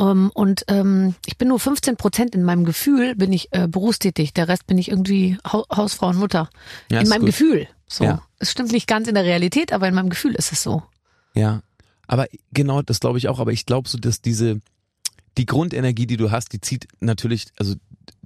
Speaker 2: Ähm, und ähm, ich bin nur 15 Prozent in meinem Gefühl, bin ich äh, berufstätig. Der Rest bin ich irgendwie Hau- Hausfrau und Mutter.
Speaker 4: Ja,
Speaker 2: in
Speaker 4: ist
Speaker 2: meinem
Speaker 4: gut.
Speaker 2: Gefühl. So.
Speaker 4: Ja.
Speaker 2: Es stimmt nicht ganz in der Realität, aber in meinem Gefühl ist es so.
Speaker 4: Ja. Aber genau, das glaube ich auch. Aber ich glaube so, dass diese, die Grundenergie, die du hast, die zieht natürlich, also,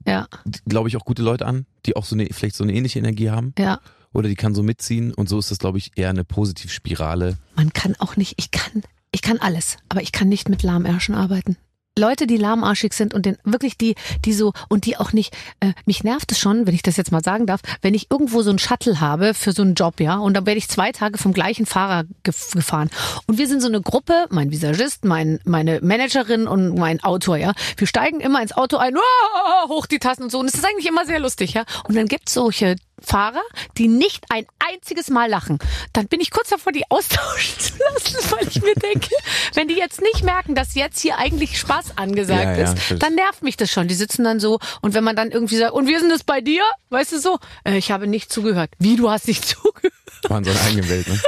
Speaker 2: Ja.
Speaker 4: glaube ich, auch gute Leute an, die auch so eine, vielleicht so eine ähnliche Energie haben.
Speaker 2: Ja.
Speaker 4: Oder die kann so mitziehen. Und so ist das, glaube ich, eher eine Positivspirale.
Speaker 2: Man kann auch nicht, ich kann, ich kann alles, aber ich kann nicht mit Lahmärschen arbeiten. Leute, die lahmarschig sind und den, wirklich die, die so, und die auch nicht, äh, mich nervt es schon, wenn ich das jetzt mal sagen darf, wenn ich irgendwo so einen Shuttle habe für so einen Job, ja, und dann werde ich zwei Tage vom gleichen Fahrer gef gefahren. Und wir sind so eine Gruppe, mein Visagist, mein, meine Managerin und mein Autor, ja. Wir steigen immer ins Auto ein, "Uah", hoch die Tassen und so, und es ist eigentlich immer sehr lustig, ja. Und dann gibt's solche Fahrer, die nicht ein einziges Mal lachen, dann bin ich kurz davor, die austauschen zu lassen, weil ich mir denke, wenn die jetzt nicht merken, dass jetzt hier eigentlich Spaß angesagt
Speaker 4: Ja, ja,
Speaker 2: ist,
Speaker 4: stimmt.
Speaker 2: dann nervt mich das schon. Die sitzen dann so und wenn man dann irgendwie sagt, und wir sind es bei dir, weißt du so, äh, ich habe nicht zugehört. Wie, du hast nicht zugehört?
Speaker 4: War in seiner eigenen Welt, ne?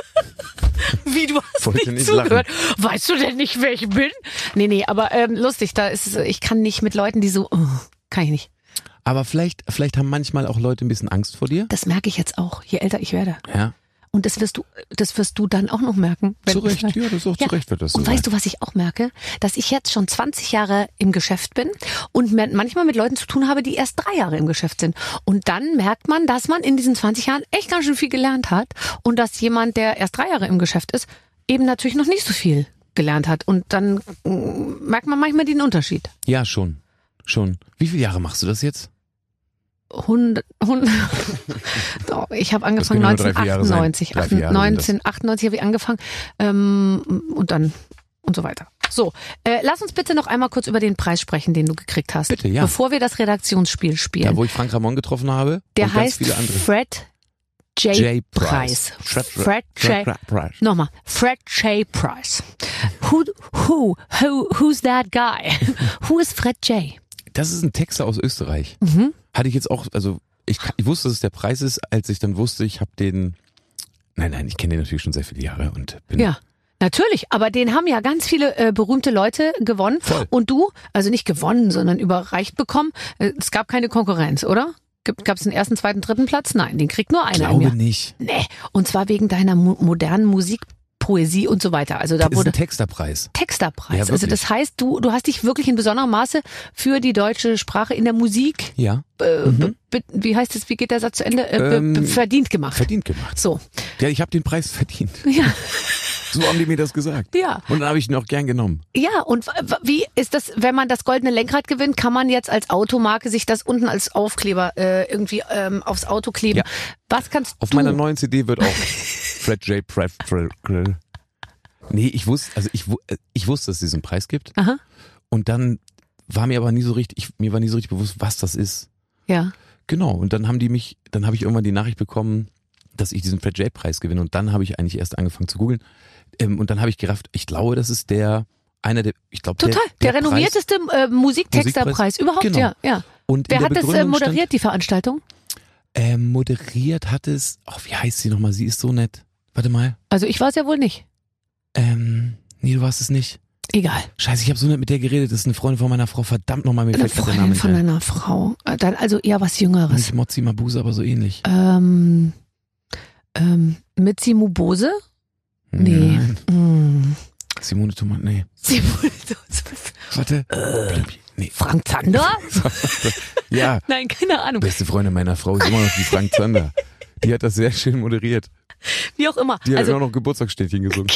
Speaker 2: Wie, du hast
Speaker 4: Wollte
Speaker 2: nicht
Speaker 4: nicht
Speaker 2: zugehört? Weißt du denn nicht, wer ich bin? Nee, nee, aber ähm, lustig, da ist es, ich kann nicht mit Leuten, die so, oh, kann ich nicht.
Speaker 4: Aber vielleicht, vielleicht haben manchmal auch Leute ein bisschen Angst vor dir.
Speaker 2: Das merke ich jetzt auch, je älter ich werde.
Speaker 4: Ja.
Speaker 2: Und das wirst du, das wirst du dann auch noch merken. wenn-
Speaker 4: Zu Recht, ja, das ist auch zu Recht wird das so
Speaker 2: Und weißt du, was ich auch merke? Dass ich jetzt schon 20 Jahre im Geschäft bin und mer- manchmal mit Leuten zu tun habe, die erst drei Jahre im Geschäft sind. Und dann merkt man, dass man in diesen 20 Jahren echt ganz schön viel gelernt hat und dass jemand, der erst drei Jahre im Geschäft ist, eben natürlich noch nicht so viel gelernt hat. Und dann mm, merkt man manchmal den Unterschied.
Speaker 4: Ja, schon. Schon. Wie viele Jahre machst du das jetzt?
Speaker 2: Hund, Hund. Oh, ich habe angefangen
Speaker 4: können nur drei, vier Jahre sein.
Speaker 2: 1998.
Speaker 4: Drei, vier Jahre sind
Speaker 2: 1998 habe ich angefangen. Ähm, und dann und so weiter. So, äh, lass uns bitte noch einmal kurz über den Preis sprechen, den du gekriegt hast.
Speaker 4: Bitte, ja.
Speaker 2: Bevor wir das Redaktionsspiel spielen.
Speaker 4: Ja, wo ich Frank Ramon getroffen habe.
Speaker 2: Der
Speaker 4: und ganz
Speaker 2: heißt
Speaker 4: viele andere.
Speaker 2: Fred J.
Speaker 4: J.
Speaker 2: Price.
Speaker 4: Price.
Speaker 2: Fred J.
Speaker 4: Fred Price.
Speaker 2: Nochmal, Fred J. Price. Who, who, who, who's that guy? Who is Fred J.?
Speaker 4: Das ist ein Texter aus Österreich.
Speaker 2: Mhm.
Speaker 4: Hatte ich jetzt auch, also ich, ich wusste, dass es der Preis ist, als ich dann wusste, ich habe den. Nein, nein, ich kenne den natürlich schon sehr viele Jahre und bin.
Speaker 2: Ja, natürlich. Aber den haben ja ganz viele äh, berühmte Leute gewonnen.
Speaker 4: Voll.
Speaker 2: Und du, also nicht gewonnen, sondern überreicht bekommen. Äh, es gab keine Konkurrenz, oder? Gab es einen ersten, zweiten, dritten Platz? Nein, den kriegt nur einer im
Speaker 4: glaube
Speaker 2: Jahr.
Speaker 4: nicht.
Speaker 2: Nee. Und zwar wegen deiner mo modernen Musik, Poesie und so weiter. Also da
Speaker 4: Das ist
Speaker 2: wurde
Speaker 4: ein Texterpreis. Ja,
Speaker 2: Texterpreis.
Speaker 4: wirklich.
Speaker 2: also das heißt, du, du hast dich wirklich in besonderem Maße für die deutsche Sprache in der Musik,
Speaker 4: Ja.
Speaker 2: äh, be, be, wie heißt es, wie geht der Satz zu Ende, äh, be,
Speaker 4: Ähm,
Speaker 2: be, verdient gemacht.
Speaker 4: Verdient gemacht.
Speaker 2: So,
Speaker 4: Ja, ich habe den Preis verdient.
Speaker 2: ja,
Speaker 4: So haben die mir das gesagt.
Speaker 2: ja.
Speaker 4: Und dann habe ich ihn auch gern genommen.
Speaker 2: Ja, und w- w- wie ist das, wenn man das goldene Lenkrad gewinnt, kann man jetzt als Automarke sich das unten als Aufkleber äh, irgendwie ähm, aufs Auto kleben?
Speaker 4: Ja.
Speaker 2: Was kannst
Speaker 4: Auf
Speaker 2: du?
Speaker 4: meiner neuen CD wird auch Fred J. Price. Nee, ich wusste, also ich, wu- äh, ich wusste, dass es diesen Preis gibt.
Speaker 2: Aha.
Speaker 4: Und dann war mir aber nie so richtig, ich, mir war nie so richtig bewusst, was das ist.
Speaker 2: ja.
Speaker 4: Genau, und dann haben die mich, dann habe ich irgendwann die Nachricht bekommen, dass ich diesen Fred J. Preis gewinne und dann habe ich eigentlich erst angefangen zu googeln ähm, und dann habe ich gerafft, ich glaube, das ist der einer der ich glaube
Speaker 2: Total, der,
Speaker 4: Preis-
Speaker 2: renommierteste äh, Musiktexterpreis
Speaker 4: Musikpreis.
Speaker 2: überhaupt,
Speaker 4: Genau.
Speaker 2: ja, ja.
Speaker 4: und in
Speaker 2: Wer
Speaker 4: der
Speaker 2: hat das äh,
Speaker 4: Begründung
Speaker 2: moderiert, die Veranstaltung?
Speaker 4: Stand, ähm, moderiert hat es, ach, wie heißt sie nochmal? Sie ist so nett. Warte mal.
Speaker 2: Also ich war es ja wohl nicht.
Speaker 4: Ähm, nee, du warst es nicht.
Speaker 2: Egal.
Speaker 4: Scheiße, ich habe so nett mit der geredet, das ist eine Freundin von meiner Frau, verdammt nochmal, mir
Speaker 2: Eine
Speaker 4: fällt gerade
Speaker 2: Freundin
Speaker 4: der Name nicht
Speaker 2: von
Speaker 4: ein. Hm.
Speaker 2: einer Frau. Äh, Dann also eher was Jüngeres.
Speaker 4: Nicht Mozzi Mabuse, aber so ähnlich.
Speaker 2: Ähm, ähm, Mitzi Mubose? Nee.
Speaker 4: Nein.
Speaker 2: Mm.
Speaker 4: Simone Thomas, nee.
Speaker 2: Sie wurde so- Äh.
Speaker 4: Warte. Blümchen. Nee.
Speaker 2: Frank Zander?
Speaker 4: Ja,
Speaker 2: Nein, keine Ahnung.
Speaker 4: beste Freundin meiner Frau ist immer noch die Frank Zander. Die hat das sehr schön moderiert.
Speaker 2: Wie auch immer.
Speaker 4: Die hat
Speaker 2: Also
Speaker 4: immer noch Geburtstagsständchen gesungen.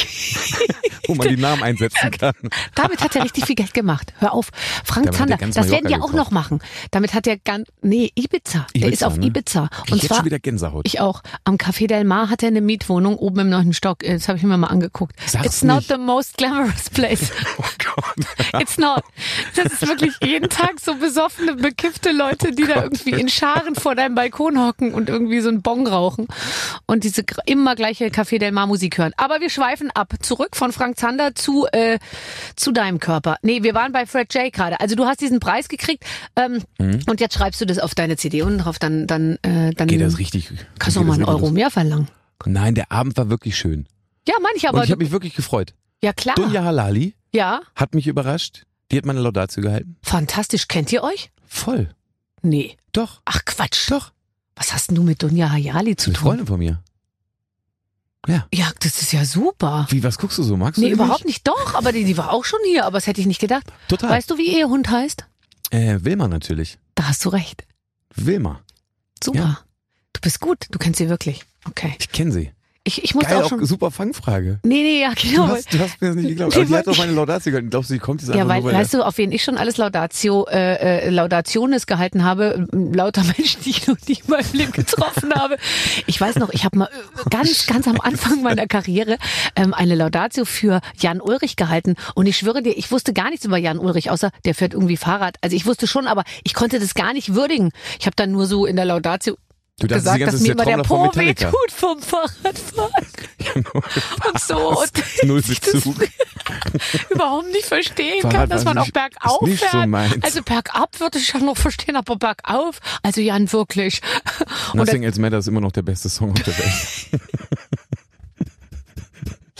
Speaker 4: wo man die Namen einsetzen kann.
Speaker 2: damit hat er richtig viel Geld gemacht. Hör auf. Frank
Speaker 4: Damit hat
Speaker 2: Zander,
Speaker 4: er ganz
Speaker 2: das werden die
Speaker 4: Mallorca
Speaker 2: auch noch machen. Damit hat er ganz, nee, Ibiza. Der ist
Speaker 4: Ibiza,
Speaker 2: auf
Speaker 4: ne?
Speaker 2: Ibiza.
Speaker 4: Ich
Speaker 2: Und
Speaker 4: jetzt
Speaker 2: zwar,
Speaker 4: schon wieder Gänsehaut.
Speaker 2: ich auch. Am Café Del Mar hat er eine Mietwohnung oben im neunten Stock. Äh, Das habe ich mir mal angeguckt.
Speaker 4: Sag's
Speaker 2: It's not
Speaker 4: nicht.
Speaker 2: the most glamorous place.
Speaker 4: oh Gott.
Speaker 2: It's not. Das ist wirklich jeden Tag so besoffene, bekiffte Leute,
Speaker 4: Oh
Speaker 2: die da irgendwie in Scharen vor deinem Balkon hocken und irgendwie so einen Bon rauchen und diese gr- immer gleiche Café Del Mar Musik hören. Aber wir schweifen ab. Zurück von Frank Zander zu, äh, zu deinem Körper. Nee, wir waren bei Fred J. gerade. Also du hast diesen Preis gekriegt ähm, und jetzt schreibst du das auf deine CD und drauf dann, dann, äh, dann
Speaker 4: Mhm. Geht das richtig?
Speaker 2: kannst du noch mal
Speaker 4: geht das
Speaker 2: einen
Speaker 4: richtig
Speaker 2: Euro
Speaker 4: los?
Speaker 2: mehr verlangen.
Speaker 4: Nein, der Abend war wirklich schön.
Speaker 2: Ja, manche
Speaker 4: Und
Speaker 2: aber.
Speaker 4: ich habe
Speaker 2: Du,
Speaker 4: mich wirklich gefreut.
Speaker 2: ja, klar.
Speaker 4: Dunja Halali
Speaker 2: Ja,
Speaker 4: hat mich überrascht. Die hat meine Laudatio gehalten.
Speaker 2: fantastisch. Kennt ihr euch?
Speaker 4: Voll.
Speaker 2: Nee.
Speaker 4: Doch.
Speaker 2: Ach Quatsch.
Speaker 4: Doch.
Speaker 2: Was hast denn du mit Dunja Hayali zu
Speaker 4: Eine
Speaker 2: tun?
Speaker 4: Freundin von mir.
Speaker 2: Ja, das ist ja super.
Speaker 4: Wie, was guckst du so? Magst du
Speaker 2: Nee,
Speaker 4: die
Speaker 2: überhaupt nicht. Doch, aber die, die war auch schon hier, aber das hätte ich nicht gedacht.
Speaker 4: Total.
Speaker 2: Weißt du, wie ihr Hund heißt?
Speaker 4: äh, Wilma natürlich.
Speaker 2: Da hast du recht.
Speaker 4: Wilma.
Speaker 2: Super.
Speaker 4: Ja.
Speaker 2: Du bist gut. Du kennst sie wirklich. Okay.
Speaker 4: Ich kenne sie.
Speaker 2: Ich, ich musste
Speaker 4: Geil,
Speaker 2: auch
Speaker 4: auch,
Speaker 2: schon.
Speaker 4: super Fangfrage.
Speaker 2: Nee, nee, ja,
Speaker 4: Du
Speaker 2: genau.
Speaker 4: hast, du hast mir das nicht geglaubt.
Speaker 2: Die
Speaker 4: Aber die hat
Speaker 2: wollte-
Speaker 4: doch meine Laudatio gehalten. Glaubst du, die kommt jetzt
Speaker 2: Ja,
Speaker 4: einfach
Speaker 2: weil,
Speaker 4: nur,
Speaker 2: weißt du, auf wen ich schon alles Laudatio, äh, äh, Laudationes gehalten habe, ähm, lauter Menschen, die ich noch nie in meinem Leben getroffen habe. Ich weiß noch, ich habe mal äh, ganz, ganz am Anfang meiner Karriere ähm, eine Laudatio für Jan Ulrich gehalten. Und ich schwöre dir, ich wusste gar nichts über Jan Ulrich, außer der fährt irgendwie Fahrrad. Also ich wusste schon, aber ich konnte das gar nicht würdigen. Ich habe dann nur so in der Laudatio
Speaker 4: Du dachtest
Speaker 2: gesagt,
Speaker 4: die ganze
Speaker 2: dass
Speaker 4: Zeit,
Speaker 2: mir
Speaker 4: der
Speaker 2: immer der
Speaker 4: Trommler von
Speaker 2: Po
Speaker 4: Metallica. Genau.
Speaker 2: wehtut vom Fahrradfahren. Und so. Und
Speaker 4: Null
Speaker 2: ich das
Speaker 4: Bezug.
Speaker 2: überhaupt nicht verstehen kann,
Speaker 4: Fahrrad
Speaker 2: dass
Speaker 4: weiß
Speaker 2: man auch
Speaker 4: ich,
Speaker 2: bergauf
Speaker 4: ist nicht so
Speaker 2: fährt.
Speaker 4: meins.
Speaker 2: also bergab würde ich ja noch verstehen, aber bergauf, also Jan wirklich. Und
Speaker 4: Nothing Else Matters ist immer noch der beste Song auf der Welt.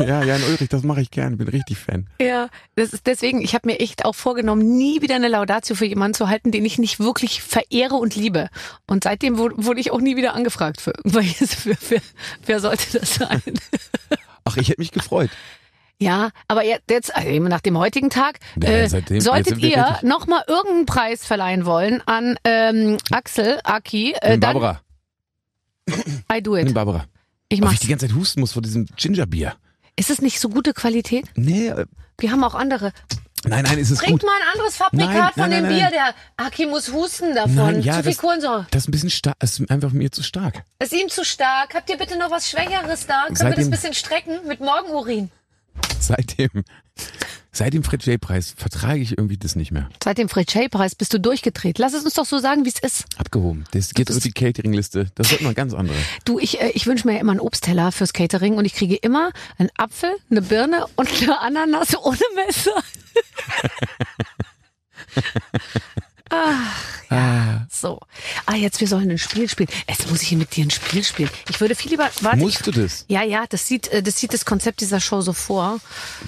Speaker 4: ja, Jan Ulrich, das mache ich gern. Bin richtig Fan.
Speaker 2: Ja, das ist deswegen, ich habe mir echt auch vorgenommen, nie wieder eine Laudatio für jemanden zu halten, den ich nicht wirklich verehre und liebe. Und seitdem wurde, wurde ich auch nie wieder angefragt für irgendwelches, für, für, wer sollte das sein?
Speaker 4: Ach, ich hätte mich gefreut.
Speaker 2: Ja, aber jetzt, jetzt also eben nach dem heutigen Tag,
Speaker 4: Ja,
Speaker 2: äh,
Speaker 4: seitdem- jetzt
Speaker 2: solltet
Speaker 4: sind wir
Speaker 2: ihr
Speaker 4: richtig-
Speaker 2: nochmal irgendeinen Preis verleihen wollen an ähm, Axel, Aki, äh,
Speaker 4: Nimm
Speaker 2: dann
Speaker 4: Barbara.
Speaker 2: I do
Speaker 4: Nimm
Speaker 2: it.
Speaker 4: Barbara.
Speaker 2: Ich
Speaker 4: Ob ich
Speaker 2: mach's.
Speaker 4: die ganze Zeit husten muss vor diesem Gingerbier.
Speaker 2: Ist es nicht so gute Qualität?
Speaker 4: Nee, äh,
Speaker 2: Wir haben auch andere.
Speaker 4: nein, nein, es ist
Speaker 2: Trink
Speaker 4: gut.
Speaker 2: mal ein anderes Fabrikat
Speaker 4: Nein,
Speaker 2: von
Speaker 4: nein,
Speaker 2: dem
Speaker 4: nein,
Speaker 2: Bier.
Speaker 4: nein.
Speaker 2: Der Aki muss husten davon.
Speaker 4: Nein, ja,
Speaker 2: zu viel
Speaker 4: das-
Speaker 2: Kohlensäure.
Speaker 4: Das ist ein bisschen stark, ist einfach mir zu stark.
Speaker 2: Ist ihm zu stark. Habt ihr bitte noch was Schwächeres da? Können wir das
Speaker 4: Seitdem-
Speaker 2: ein bisschen strecken mit Morgenurin?
Speaker 4: Seitdem, seit dem Fred J. Preis vertrage ich irgendwie das nicht mehr.
Speaker 2: Seit dem Fred Shea Preis bist du durchgedreht. Lass es uns doch so sagen, wie es ist.
Speaker 4: Abgehoben. Das geht auf die Catering-Liste. Das wird noch ganz andere.
Speaker 2: Du, ich, äh, ich wünsche mir ja immer einen Obstteller fürs Catering und ich kriege immer einen Apfel, eine Birne und eine Ananas ohne Messer. Ach, ja, so. Ah, jetzt, wir sollen ein Spiel spielen. Jetzt muss ich hier mit dir ein Spiel spielen. Ich würde viel lieber, warte. ich,
Speaker 4: Musst du das?
Speaker 2: ja, ja, das sieht, äh, das sieht das Konzept dieser Show so vor.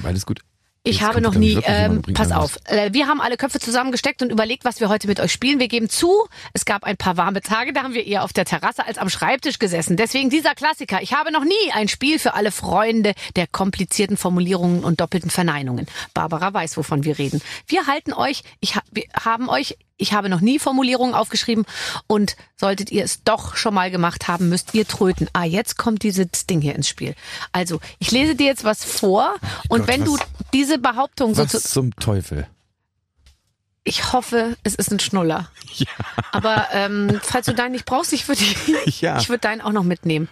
Speaker 4: Alles gut.
Speaker 2: Ich
Speaker 4: Jetzt
Speaker 2: habe
Speaker 4: kommt
Speaker 2: noch
Speaker 4: dann
Speaker 2: nie,
Speaker 4: wirklich jemand
Speaker 2: ähm,
Speaker 4: und bringt
Speaker 2: pass
Speaker 4: alles.
Speaker 2: auf, äh, wir haben alle Köpfe zusammengesteckt und überlegt, was wir heute mit euch spielen. Wir geben zu, es gab ein paar warme Tage, da haben wir eher auf der Terrasse als am Schreibtisch gesessen. Deswegen dieser Klassiker. Ich habe noch nie ein Spiel für alle Freunde der komplizierten Formulierungen und doppelten Verneinungen. Barbara weiß, wovon wir reden. Wir halten euch, ich ha wir haben euch, ich habe noch nie Formulierungen aufgeschrieben und solltet ihr es doch schon mal gemacht haben, müsst ihr tröten. Ah, jetzt kommt dieses Ding hier ins Spiel. Also, ich lese dir jetzt was vor und
Speaker 4: Gott,
Speaker 2: wenn du
Speaker 4: was-
Speaker 2: diese Behauptung so
Speaker 4: Was
Speaker 2: Also zu,
Speaker 4: zum Teufel?
Speaker 2: ich hoffe, es ist ein Schnuller.
Speaker 4: Ja.
Speaker 2: Aber ähm, falls du deinen nicht brauchst, ich würde
Speaker 4: Ja.
Speaker 2: ich würde deinen auch noch mitnehmen.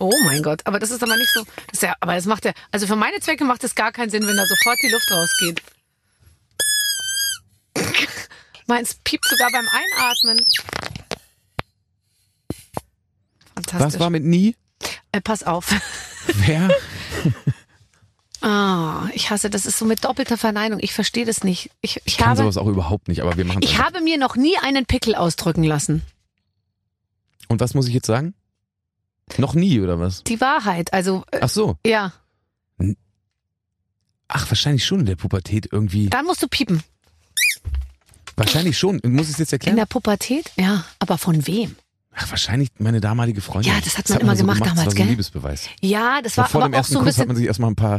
Speaker 2: Oh mein Gott, aber das ist aber nicht so. Das ist ja, aber das macht ja, also für meine Zwecke macht es gar keinen Sinn, wenn da sofort die Luft rausgeht. Meins piept sogar beim Einatmen.
Speaker 4: Was
Speaker 2: Fantastisch.
Speaker 4: war mit nie?
Speaker 2: äh, pass auf.
Speaker 4: Wer?
Speaker 2: Ah, ich hasse, das ist so mit doppelter Verneinung. Ich verstehe das nicht. Ich, ich,
Speaker 4: Ich kann
Speaker 2: habe,
Speaker 4: sowas auch überhaupt nicht, aber wir machen
Speaker 2: ich habe mir noch nie einen Pickel ausdrücken lassen.
Speaker 4: Und was muss ich jetzt sagen? Noch nie, oder was?
Speaker 2: Die Wahrheit, also äh,
Speaker 4: Ach so.
Speaker 2: ja,
Speaker 4: Ach, wahrscheinlich schon in der Pubertät irgendwie.
Speaker 2: dann musst du piepen.
Speaker 4: Wahrscheinlich schon. Muss ich es jetzt
Speaker 2: In
Speaker 4: erklären?
Speaker 2: der Pubertät? Ja, aber von wem?
Speaker 4: Ach, wahrscheinlich meine damalige Freundin.
Speaker 2: Ja, das hat man immer gemacht
Speaker 4: das war
Speaker 2: damals,
Speaker 4: so ein
Speaker 2: gell?
Speaker 4: Liebesbeweis.
Speaker 2: Ja, das
Speaker 4: War
Speaker 2: war
Speaker 4: vor dem
Speaker 2: aber auch
Speaker 4: ersten
Speaker 2: so ein
Speaker 4: Kuss hat
Speaker 2: bisschen.
Speaker 4: man sich erstmal ein paar.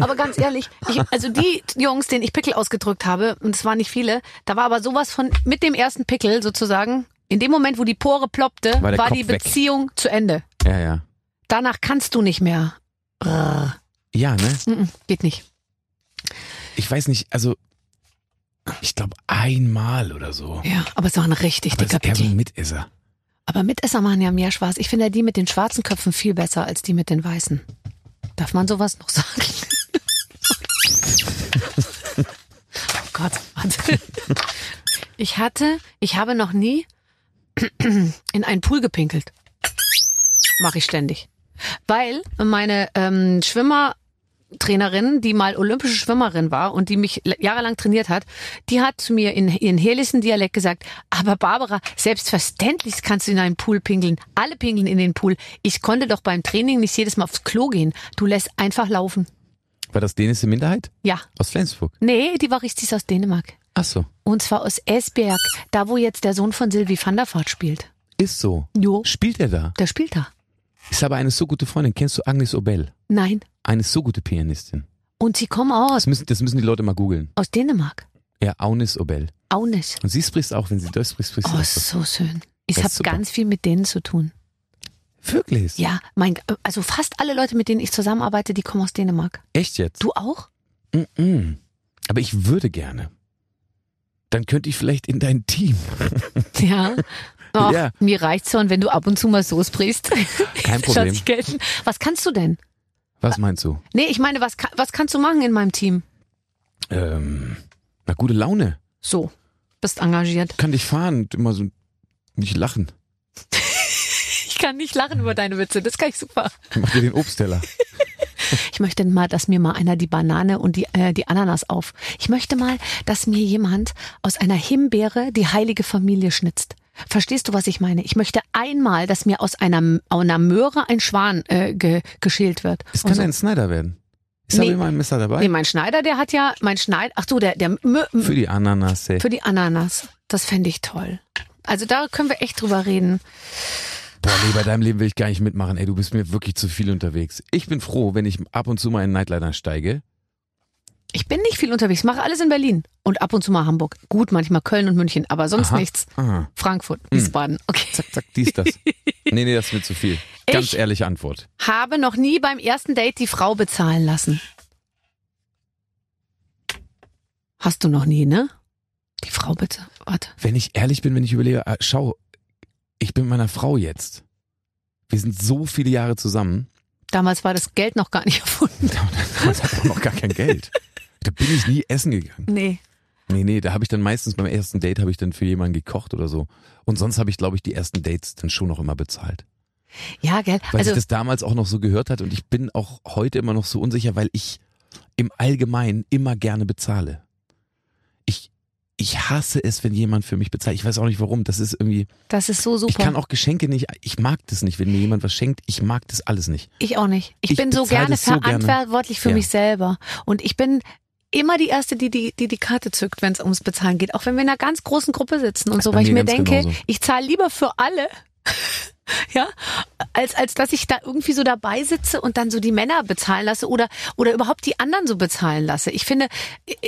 Speaker 2: Aber ganz ehrlich, ich, also die Jungs, denen ich Pickel ausgedrückt habe, und es waren nicht viele, da war aber sowas von mit dem ersten Pickel sozusagen, in dem Moment, wo die Pore ploppte,
Speaker 4: War
Speaker 2: war,
Speaker 4: der Kopf
Speaker 2: die
Speaker 4: weg.
Speaker 2: Beziehung zu Ende.
Speaker 4: Ja, ja.
Speaker 2: Danach kannst du nicht mehr. Brrr.
Speaker 4: Ja, ne?
Speaker 2: Mm-mm, geht nicht.
Speaker 4: Ich weiß nicht, also ich glaube einmal oder so.
Speaker 2: Ja, aber es war ein richtig
Speaker 4: Aber das
Speaker 2: dicker
Speaker 4: ist eher so
Speaker 2: Pickel.
Speaker 4: ein Mitesser.
Speaker 2: Aber Mitesser machen ja mehr Spaß. Ich finde ja die mit den schwarzen Köpfen viel besser als die mit den weißen. Darf man sowas noch sagen? oh Gott, warte. Ich hatte, ich habe noch nie in einen Pool gepinkelt. Mache ich ständig. Weil meine ähm, Schwimmertrainerin, die mal olympische Schwimmerin war und die mich l- jahrelang trainiert hat, die hat zu mir in ihren helischen Dialekt gesagt, aber Barbara, selbstverständlich kannst du in einen Pool pinkeln. Alle pinkeln in den Pool. Ich konnte doch beim Training nicht jedes Mal aufs Klo gehen. Du lässt einfach laufen.
Speaker 4: War das dänische Minderheit?
Speaker 2: Ja.
Speaker 4: Aus Flensburg.
Speaker 2: Nee, die war richtig aus Dänemark.
Speaker 4: Ach so.
Speaker 2: Und zwar aus Esbjerg, da wo jetzt der Sohn von Sylvie van der Vaart spielt.
Speaker 4: Ist so.
Speaker 2: Jo.
Speaker 4: Spielt er da?
Speaker 2: Der spielt da.
Speaker 4: Ist aber eine so gute Freundin. Kennst du Agnes Obel?
Speaker 2: Nein.
Speaker 4: Eine so gute Pianistin.
Speaker 2: Und sie kommen aus,
Speaker 4: Das müssen, das müssen die Leute mal googeln.
Speaker 2: aus Dänemark.
Speaker 4: Ja, Agnes Obel.
Speaker 2: Auch nicht.
Speaker 4: Und sie spricht auch, wenn sie Deutsch spricht, spricht sie
Speaker 2: Oh,
Speaker 4: auch so.
Speaker 2: so schön. Ich
Speaker 4: Das ist
Speaker 2: habe
Speaker 4: super.
Speaker 2: ganz viel mit denen zu tun.
Speaker 4: Wirklich?
Speaker 2: Ja, mein, also fast alle Leute, mit denen ich zusammenarbeite, die kommen aus Dänemark.
Speaker 4: Echt jetzt?
Speaker 2: Du auch?
Speaker 4: Mm-mm. Aber ich würde gerne. Dann könnte ich vielleicht in dein Team.
Speaker 2: Ja. Ach,
Speaker 4: Ja.
Speaker 2: Mir reicht's schon, wenn du ab und zu mal so sprichst.
Speaker 4: Kein
Speaker 2: Das lass
Speaker 4: Problem.
Speaker 2: ich gelten. Was kannst du denn?
Speaker 4: Was meinst du?
Speaker 2: Nee, ich meine, was, ka- was kannst du machen in meinem Team?
Speaker 4: Ähm, na, gute Laune.
Speaker 2: So, bist engagiert.
Speaker 4: Kann dich fahren. Immer so nicht lachen.
Speaker 2: Ich kann nicht lachen über deine Witze, das kann ich super.
Speaker 4: Mach dir den Obstteller.
Speaker 2: Ich möchte mal, dass mir mal einer die Banane und die, äh, die Ananas auf. Ich möchte mal, dass mir jemand aus einer Himbeere die heilige Familie schnitzt. Verstehst du, was ich meine? Ich möchte einmal, dass mir aus einer, einer Möhre ein Schwan äh, ge, geschält wird.
Speaker 4: Es
Speaker 2: Und
Speaker 4: kann
Speaker 2: so.
Speaker 4: ein Snyder werden. Ich habe
Speaker 2: Nee.
Speaker 4: immer ein Messer dabei.
Speaker 2: Nee, mein Schneider, der hat ja, mein Schneider, ach du, der, der Mö,
Speaker 4: Für die Ananas. ey.
Speaker 2: Für die Ananas. Das fände ich toll. Also da können wir echt drüber reden.
Speaker 4: Boah, nee, bei deinem Leben will ich gar nicht mitmachen. Ey, du bist mir wirklich zu viel unterwegs. Ich bin froh, wenn ich ab und zu mal in Nightliner steige.
Speaker 2: Ich bin nicht viel unterwegs, mache alles in Berlin und ab und zu mal Hamburg. Gut, manchmal Köln und München, aber sonst
Speaker 4: Aha.
Speaker 2: nichts.
Speaker 4: Aha.
Speaker 2: Frankfurt, Wiesbaden. Okay.
Speaker 4: Zack, zack, dies, das. Nee, nee, das ist mir zu viel. Ganz
Speaker 2: Ich-
Speaker 4: ehrliche Antwort.
Speaker 2: Habe noch nie beim ersten Date die Frau bezahlen lassen. Hast du noch nie, ne? Die Frau bitte. Warte.
Speaker 4: Wenn ich ehrlich bin, wenn ich überlege, äh, schau, ich bin mit meiner Frau jetzt. Wir sind so viele Jahre zusammen.
Speaker 2: Damals war das Geld noch gar nicht erfunden.
Speaker 4: Damals hat man noch gar kein Geld. Da bin ich nie essen gegangen.
Speaker 2: Nee.
Speaker 4: Nee, nee, da habe ich dann meistens beim ersten Date habe ich dann für jemanden gekocht oder so. Und sonst habe ich, glaube ich, die ersten Dates dann schon noch immer bezahlt.
Speaker 2: Ja, gell?
Speaker 4: Weil
Speaker 2: also,
Speaker 4: ich das damals auch noch so gehört hat und ich bin auch heute immer noch so unsicher, weil ich im Allgemeinen immer gerne bezahle. Ich, ich hasse es, wenn jemand für mich bezahlt. Ich weiß auch nicht warum. Das ist irgendwie.
Speaker 2: das ist so super.
Speaker 4: Ich kann auch Geschenke nicht, ich mag das nicht, wenn mir jemand was schenkt, ich mag das alles nicht.
Speaker 2: Ich auch nicht. Ich,
Speaker 4: Ich
Speaker 2: bin so
Speaker 4: bezahle
Speaker 2: gerne
Speaker 4: das so gerne.
Speaker 2: verantwortlich für
Speaker 4: Ja.
Speaker 2: mich selber. Und ich bin immer die Erste, die die, die, die Karte zückt, wenn es ums Bezahlen geht. Auch wenn wir in einer ganz großen Gruppe sitzen und so,
Speaker 4: bei
Speaker 2: weil ich mir
Speaker 4: mir ganz
Speaker 2: denke,
Speaker 4: genauso.
Speaker 2: ich zahle lieber für alle. Ja, als, als dass ich da irgendwie so dabei sitze und dann so die Männer bezahlen lasse oder, oder überhaupt die anderen so bezahlen lasse. Ich finde,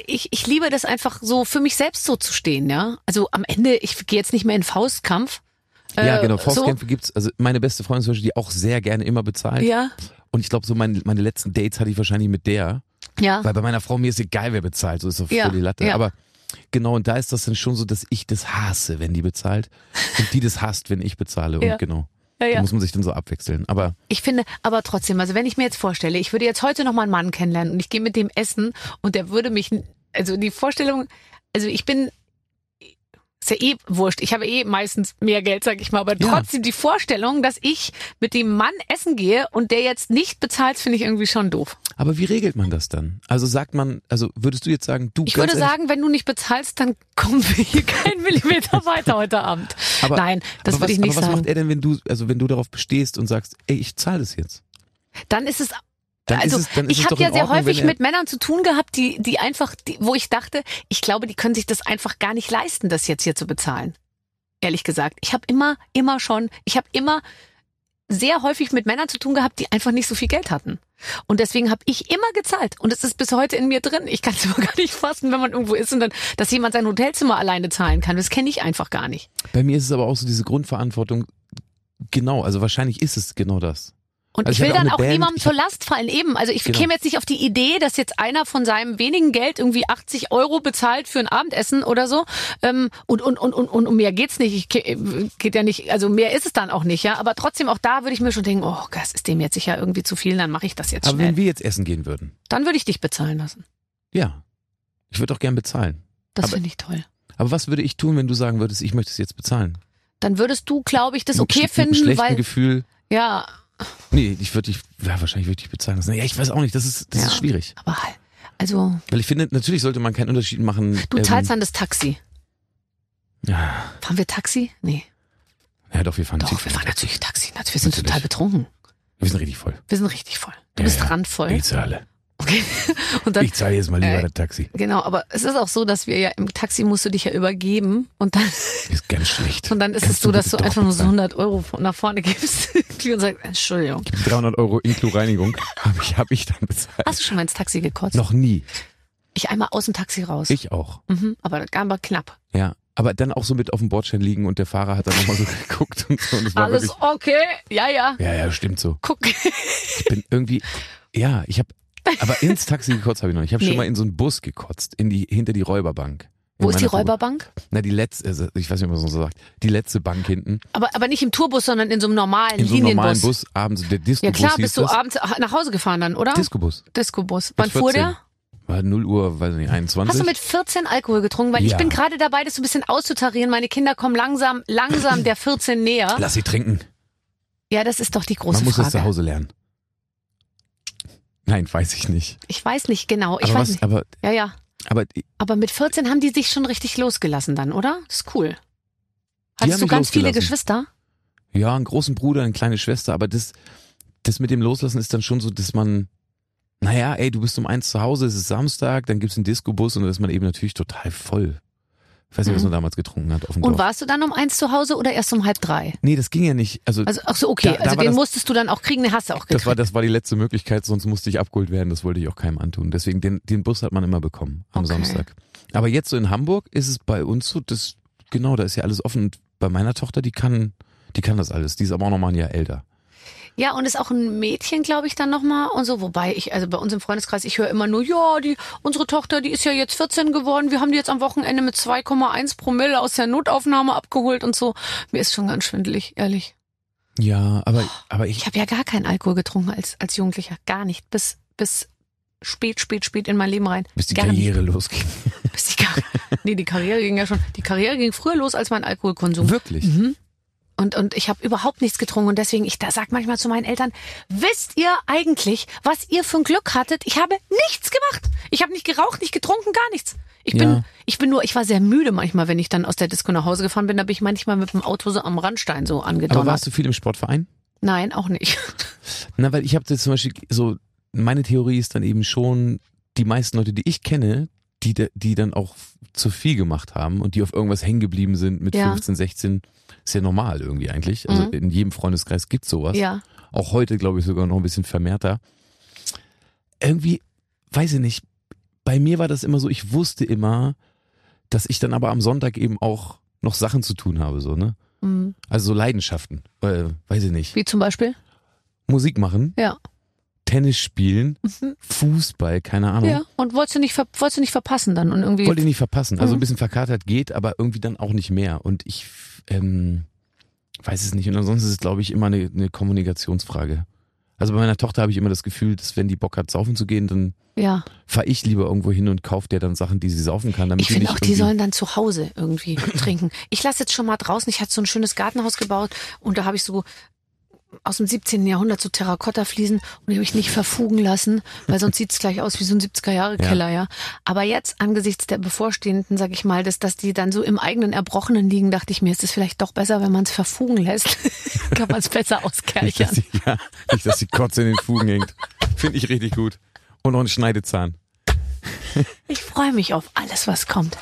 Speaker 2: ich, ich liebe das einfach so für mich selbst so zu stehen, ja. Also am Ende, ich gehe jetzt nicht mehr in Faustkampf.
Speaker 4: ja,
Speaker 2: Äh,
Speaker 4: genau.
Speaker 2: so.
Speaker 4: Faustkämpfe gibt's, also meine beste Freundin zum Beispiel, die auch sehr gerne immer bezahlt.
Speaker 2: Ja,
Speaker 4: Und ich glaube, so meine, meine letzten Dates hatte ich wahrscheinlich mit der,
Speaker 2: ja.
Speaker 4: weil bei meiner Frau mir ist egal, wer bezahlt, so ist doch voll
Speaker 2: Ja,
Speaker 4: die Latte.
Speaker 2: ja.
Speaker 4: Aber genau, und da ist das dann schon so, dass ich das hasse, wenn die bezahlt und die das hasst, wenn ich bezahle. Und
Speaker 2: Ja.
Speaker 4: genau,
Speaker 2: ja, ja.
Speaker 4: da muss man sich dann so abwechseln. Aber
Speaker 2: Ich finde, aber trotzdem, also wenn ich mir jetzt vorstelle, ich würde jetzt heute noch mal einen Mann kennenlernen und ich gehe mit dem essen und der würde mich, also die Vorstellung, also ich bin, ist ja eh wurscht, ich habe eh meistens mehr Geld, sag ich mal, aber
Speaker 4: Ja.
Speaker 2: trotzdem die Vorstellung, dass ich mit dem Mann essen gehe und der jetzt nicht bezahlt, finde ich irgendwie schon doof.
Speaker 4: aber wie regelt man das dann? Also sagt man, also würdest du jetzt sagen, du
Speaker 2: Ich
Speaker 4: ganz
Speaker 2: würde
Speaker 4: ehrlich,
Speaker 2: sagen, wenn du nicht bezahlst, dann kommen wir hier keinen Millimeter weiter heute Abend.
Speaker 4: Aber-
Speaker 2: Nein, das
Speaker 4: aber
Speaker 2: würde
Speaker 4: was,
Speaker 2: ich nicht
Speaker 4: aber was
Speaker 2: sagen.
Speaker 4: macht er denn, wenn du, also wenn du darauf bestehst und sagst, ey, ich zahle das jetzt?
Speaker 2: Dann ist es
Speaker 4: Dann
Speaker 2: also
Speaker 4: ist es, dann ist
Speaker 2: ich
Speaker 4: es
Speaker 2: habe
Speaker 4: doch
Speaker 2: ja
Speaker 4: in
Speaker 2: sehr
Speaker 4: Ordnung, wenn
Speaker 2: häufig
Speaker 4: er-
Speaker 2: mit Männern zu tun gehabt, die, die einfach, die, wo ich dachte, ich glaube, die können sich das einfach gar nicht leisten, das jetzt hier zu bezahlen. ehrlich gesagt. Ich habe immer, immer schon, ich habe immer sehr häufig mit Männern zu tun gehabt, die einfach nicht so viel Geld hatten. Und deswegen habe ich immer gezahlt. Und es ist bis heute in mir drin. Ich kann es immer gar nicht fassen, wenn man irgendwo ist und dann, dass jemand sein Hotelzimmer alleine zahlen kann. Das kenne ich einfach gar nicht.
Speaker 4: Bei mir ist es aber auch so diese Grundverantwortung. Genau, also wahrscheinlich ist es genau das.
Speaker 2: Und
Speaker 4: Also
Speaker 2: ich
Speaker 4: ich
Speaker 2: will
Speaker 4: hatte
Speaker 2: dann
Speaker 4: auch eine
Speaker 2: auch
Speaker 4: Band,
Speaker 2: niemandem
Speaker 4: ich
Speaker 2: zur
Speaker 4: hab-
Speaker 2: Last fallen. Eben. Also ich
Speaker 4: Genau.
Speaker 2: käme jetzt nicht auf die Idee, dass jetzt einer von seinem wenigen Geld irgendwie 80 Euro bezahlt für ein Abendessen oder so. Ähm, und, und, und, und, und um mehr geht's nicht. Ich, kä- geht ja nicht, also mehr ist es dann auch nicht, ja. Aber trotzdem, auch da würde ich mir schon denken, oh, das ist dem jetzt sicher irgendwie zu viel, dann mache ich das jetzt
Speaker 4: Aber wenn
Speaker 2: schnell.
Speaker 4: wir jetzt essen gehen würden,
Speaker 2: Dann würde ich dich bezahlen lassen.
Speaker 4: ja, ich würde auch gern bezahlen.
Speaker 2: Das
Speaker 4: Aber-
Speaker 2: finde ich toll.
Speaker 4: Aber was würde ich tun, wenn du sagen würdest, ich möchte es jetzt bezahlen?
Speaker 2: Dann würdest du, glaube ich, das
Speaker 4: Mit
Speaker 2: okay
Speaker 4: sch- Mit einem
Speaker 2: finden,
Speaker 4: schlechten
Speaker 2: weil
Speaker 4: Gefühl.
Speaker 2: ja,
Speaker 4: Nee, ich würde dich, ja, wahrscheinlich würde ich dich bezahlen lassen. Ja, ich weiß auch nicht, das ist, das
Speaker 2: Ja.
Speaker 4: ist schwierig.
Speaker 2: aber halt, also
Speaker 4: Weil ich finde, natürlich sollte man keinen Unterschied machen.
Speaker 2: du
Speaker 4: ähm,
Speaker 2: zahlst dann das Taxi.
Speaker 4: Ja,
Speaker 2: Fahren wir Taxi? Nee.
Speaker 4: ja doch, wir fahren
Speaker 2: Doch,
Speaker 4: Taxi.
Speaker 2: wir fahren natürlich Taxi. Natürlich, wir sind
Speaker 4: Natürlich.
Speaker 2: total betrunken.
Speaker 4: Wir sind richtig voll.
Speaker 2: Wir sind richtig voll. Du
Speaker 4: Ja,
Speaker 2: bist
Speaker 4: ja.
Speaker 2: randvoll.
Speaker 4: Ich zahle.
Speaker 2: Okay. Und dann,
Speaker 4: Ich zahle jetzt mal lieber
Speaker 2: Äh,
Speaker 4: das Taxi.
Speaker 2: genau, aber es ist auch so, dass wir ja im Taxi musst du dich ja übergeben und dann,
Speaker 4: Ist ganz schlecht.
Speaker 2: und dann ist
Speaker 4: Kannst
Speaker 2: es so, dass du
Speaker 4: bitte doch
Speaker 2: einfach nur so
Speaker 4: bezahlen?
Speaker 2: 100 Euro von- nach vorne gibst und sagst, Entschuldigung.
Speaker 4: 300 Euro inklu Reinigung habe ich, hab ich dann bezahlt.
Speaker 2: Hast du schon mal ins Taxi gekotzt?
Speaker 4: Noch nie.
Speaker 2: Ich einmal aus dem Taxi raus.
Speaker 4: Ich auch.
Speaker 2: Mhm, aber, aber knapp.
Speaker 4: Ja. Aber dann auch so mit auf dem Bordstein liegen und der Fahrer hat dann nochmal so geguckt und so. Und es war
Speaker 2: Alles
Speaker 4: wirklich,
Speaker 2: okay. Ja, ja.
Speaker 4: ja, ja, stimmt so.
Speaker 2: Guck.
Speaker 4: Ich bin irgendwie, ja, ich habe, aber ins Taxi gekotzt habe ich noch. nicht. Ich habe
Speaker 2: Nee.
Speaker 4: schon mal in so einen Bus gekotzt, in die, hinter die Räuberbank. In
Speaker 2: Wo ist die
Speaker 4: meiner Kur-
Speaker 2: Räuberbank?
Speaker 4: Na, die letzte, also ich weiß nicht, ob man so sagt, die letzte Bank hinten.
Speaker 2: Aber, aber nicht im Tourbus, sondern in so einem normalen
Speaker 4: In so einem
Speaker 2: Linienbus.
Speaker 4: normalen Bus, abends, der Disco-Bus
Speaker 2: Ja klar,
Speaker 4: hieß
Speaker 2: bist du
Speaker 4: das.
Speaker 2: abends nach Hause gefahren dann, oder?
Speaker 4: Disco-Bus.
Speaker 2: Disco-Bus.
Speaker 4: Mit
Speaker 2: Wann fuhr
Speaker 4: 14.
Speaker 2: der?
Speaker 4: War 0 Uhr, weiß nicht, 21.
Speaker 2: Hast du mit 14 Alkohol getrunken? Weil ich
Speaker 4: Ja.
Speaker 2: bin gerade dabei, das so ein bisschen auszutarieren. Meine Kinder kommen langsam, langsam der 14 näher.
Speaker 4: Lass sie trinken.
Speaker 2: Ja, das ist doch die große
Speaker 4: Man muss
Speaker 2: Frage.
Speaker 4: das zu Hause lernen. Nein, weiß ich nicht.
Speaker 2: Ich weiß nicht genau. Ich
Speaker 4: aber
Speaker 2: weiß
Speaker 4: was,
Speaker 2: nicht.
Speaker 4: aber,
Speaker 2: Ja, ja.
Speaker 4: aber
Speaker 2: Aber mit 14 haben die sich schon richtig losgelassen dann, oder? Das ist cool.
Speaker 4: Die haben
Speaker 2: Hattest du
Speaker 4: mich
Speaker 2: ganz viele
Speaker 4: losgelassen.
Speaker 2: Geschwister?
Speaker 4: ja, einen großen Bruder, eine kleine Schwester, aber das, das mit dem Loslassen ist dann schon so, dass man, naja, ey, du bist um eins zu Hause, es ist Samstag, dann gibt's einen Disco-Bus und dann ist man eben natürlich total voll. Ich weiß nicht, was
Speaker 2: Mhm.
Speaker 4: man damals getrunken hat auf dem
Speaker 2: Und
Speaker 4: Dorf.
Speaker 2: warst du dann um eins zu Hause oder erst um halb drei?
Speaker 4: Nee, das ging ja nicht. Also,
Speaker 2: Also, ach so, okay.
Speaker 4: Da- da
Speaker 2: also
Speaker 4: war
Speaker 2: den
Speaker 4: das-
Speaker 2: musstest du dann auch kriegen, den hast du auch gekriegt.
Speaker 4: das war, das war die letzte Möglichkeit, sonst musste ich abgeholt werden, das wollte ich auch keinem antun. Deswegen, den, den Bus hat man immer bekommen am
Speaker 2: Okay.
Speaker 4: Samstag. Aber jetzt so in Hamburg ist es bei uns so, das, genau, da ist ja alles offen. Und bei meiner Tochter, die kann, die kann das alles. Die ist aber auch nochmal ein Jahr älter.
Speaker 2: Ja, und ist auch ein Mädchen, glaube ich, dann nochmal und so. Wobei ich, also bei uns im Freundeskreis, ich höre immer nur, ja, die, unsere Tochter, die ist ja jetzt 14 geworden. Wir haben die jetzt am Wochenende mit 2,1 Promille aus der Notaufnahme abgeholt und so. Mir ist schon ganz schwindelig, ehrlich.
Speaker 4: Ja, aber, aber ich,
Speaker 2: Ich habe ja gar keinen Alkohol getrunken als, als Jugendlicher. Gar nicht. Bis, bis spät, spät, spät in mein Leben rein.
Speaker 4: bis die
Speaker 2: gar nicht.
Speaker 4: Karriere losging.
Speaker 2: Bis die Karriere. nee, die Karriere ging ja schon. Die Karriere ging früher los als mein Alkoholkonsum.
Speaker 4: Wirklich?
Speaker 2: Mhm. Und, und ich habe überhaupt nichts getrunken und deswegen, ich da sag manchmal zu meinen Eltern, wisst ihr eigentlich, was ihr für ein Glück hattet? Ich habe nichts gemacht. Ich habe nicht geraucht, nicht getrunken, gar nichts. Ich bin,
Speaker 4: Ja.
Speaker 2: ich bin nur, ich war sehr müde manchmal, wenn ich dann aus der Disco nach Hause gefahren bin, da bin ich manchmal mit dem Auto so am Randstein so
Speaker 4: Aber
Speaker 2: angedonnert.
Speaker 4: warst du viel im Sportverein?
Speaker 2: Nein, auch nicht.
Speaker 4: Na, weil ich habe jetzt zum Beispiel so, meine Theorie ist dann eben schon, die meisten Leute, die ich kenne, die, da- die dann auch zu viel gemacht haben und die auf irgendwas hängen geblieben sind mit
Speaker 2: Ja.
Speaker 4: 15, 16, ist ja normal irgendwie eigentlich. Also
Speaker 2: Mhm.
Speaker 4: in jedem Freundeskreis gibt's sowas.
Speaker 2: Ja.
Speaker 4: Auch heute, glaube ich, sogar noch ein bisschen vermehrter. Irgendwie, weiß ich nicht, bei mir war das immer so, ich wusste immer, dass ich dann aber am Sonntag eben auch noch Sachen zu tun habe, so, ne?
Speaker 2: Mhm.
Speaker 4: Also so Leidenschaften, äh, weiß ich nicht.
Speaker 2: Wie zum Beispiel?
Speaker 4: Musik machen,
Speaker 2: Ja.
Speaker 4: Tennis spielen,
Speaker 2: Mhm.
Speaker 4: Fußball, keine Ahnung.
Speaker 2: Ja. Und wolltest du nicht, ver wolltest du nicht verpassen dann und irgendwie.
Speaker 4: Mhm. Wollte ich nicht verpassen. Also
Speaker 2: Mhm.
Speaker 4: ein bisschen verkatert geht, aber irgendwie dann auch nicht mehr. Und ich ähm, weiß es nicht. Und ansonsten ist es, glaube ich, immer eine, eine Kommunikationsfrage. Also bei meiner Tochter habe ich immer das Gefühl, dass wenn die Bock hat, saufen zu gehen, dann
Speaker 2: ja.
Speaker 4: fahre ich lieber irgendwo hin und kaufe der dann Sachen, die sie saufen kann, damit
Speaker 2: Ich
Speaker 4: sie
Speaker 2: finde
Speaker 4: nicht
Speaker 2: auch, die
Speaker 4: irgendwie-
Speaker 2: sollen dann zu Hause irgendwie trinken. Ich lasse jetzt schon mal draußen, ich hatte so ein schönes Gartenhaus gebaut und da habe ich so aus dem 17. Jahrhundert so Terrakotta-Fliesen und die habe ich nicht verfugen lassen, weil sonst sieht's gleich aus wie so ein 70er-Jahre-Keller, ja. Aber jetzt, angesichts der bevorstehenden, sag ich mal, dass, dass die dann so im eigenen Erbrochenen liegen, dachte ich mir, ist es vielleicht doch besser, wenn man es verfugen lässt. Kann man es besser
Speaker 4: nicht, dass
Speaker 2: auskerchern.
Speaker 4: sie, ja, nicht, dass die Kotze in den Fugen hängt. Finde ich richtig gut. Und noch ein Schneidezahn.
Speaker 2: Ich freue mich auf alles, was kommt.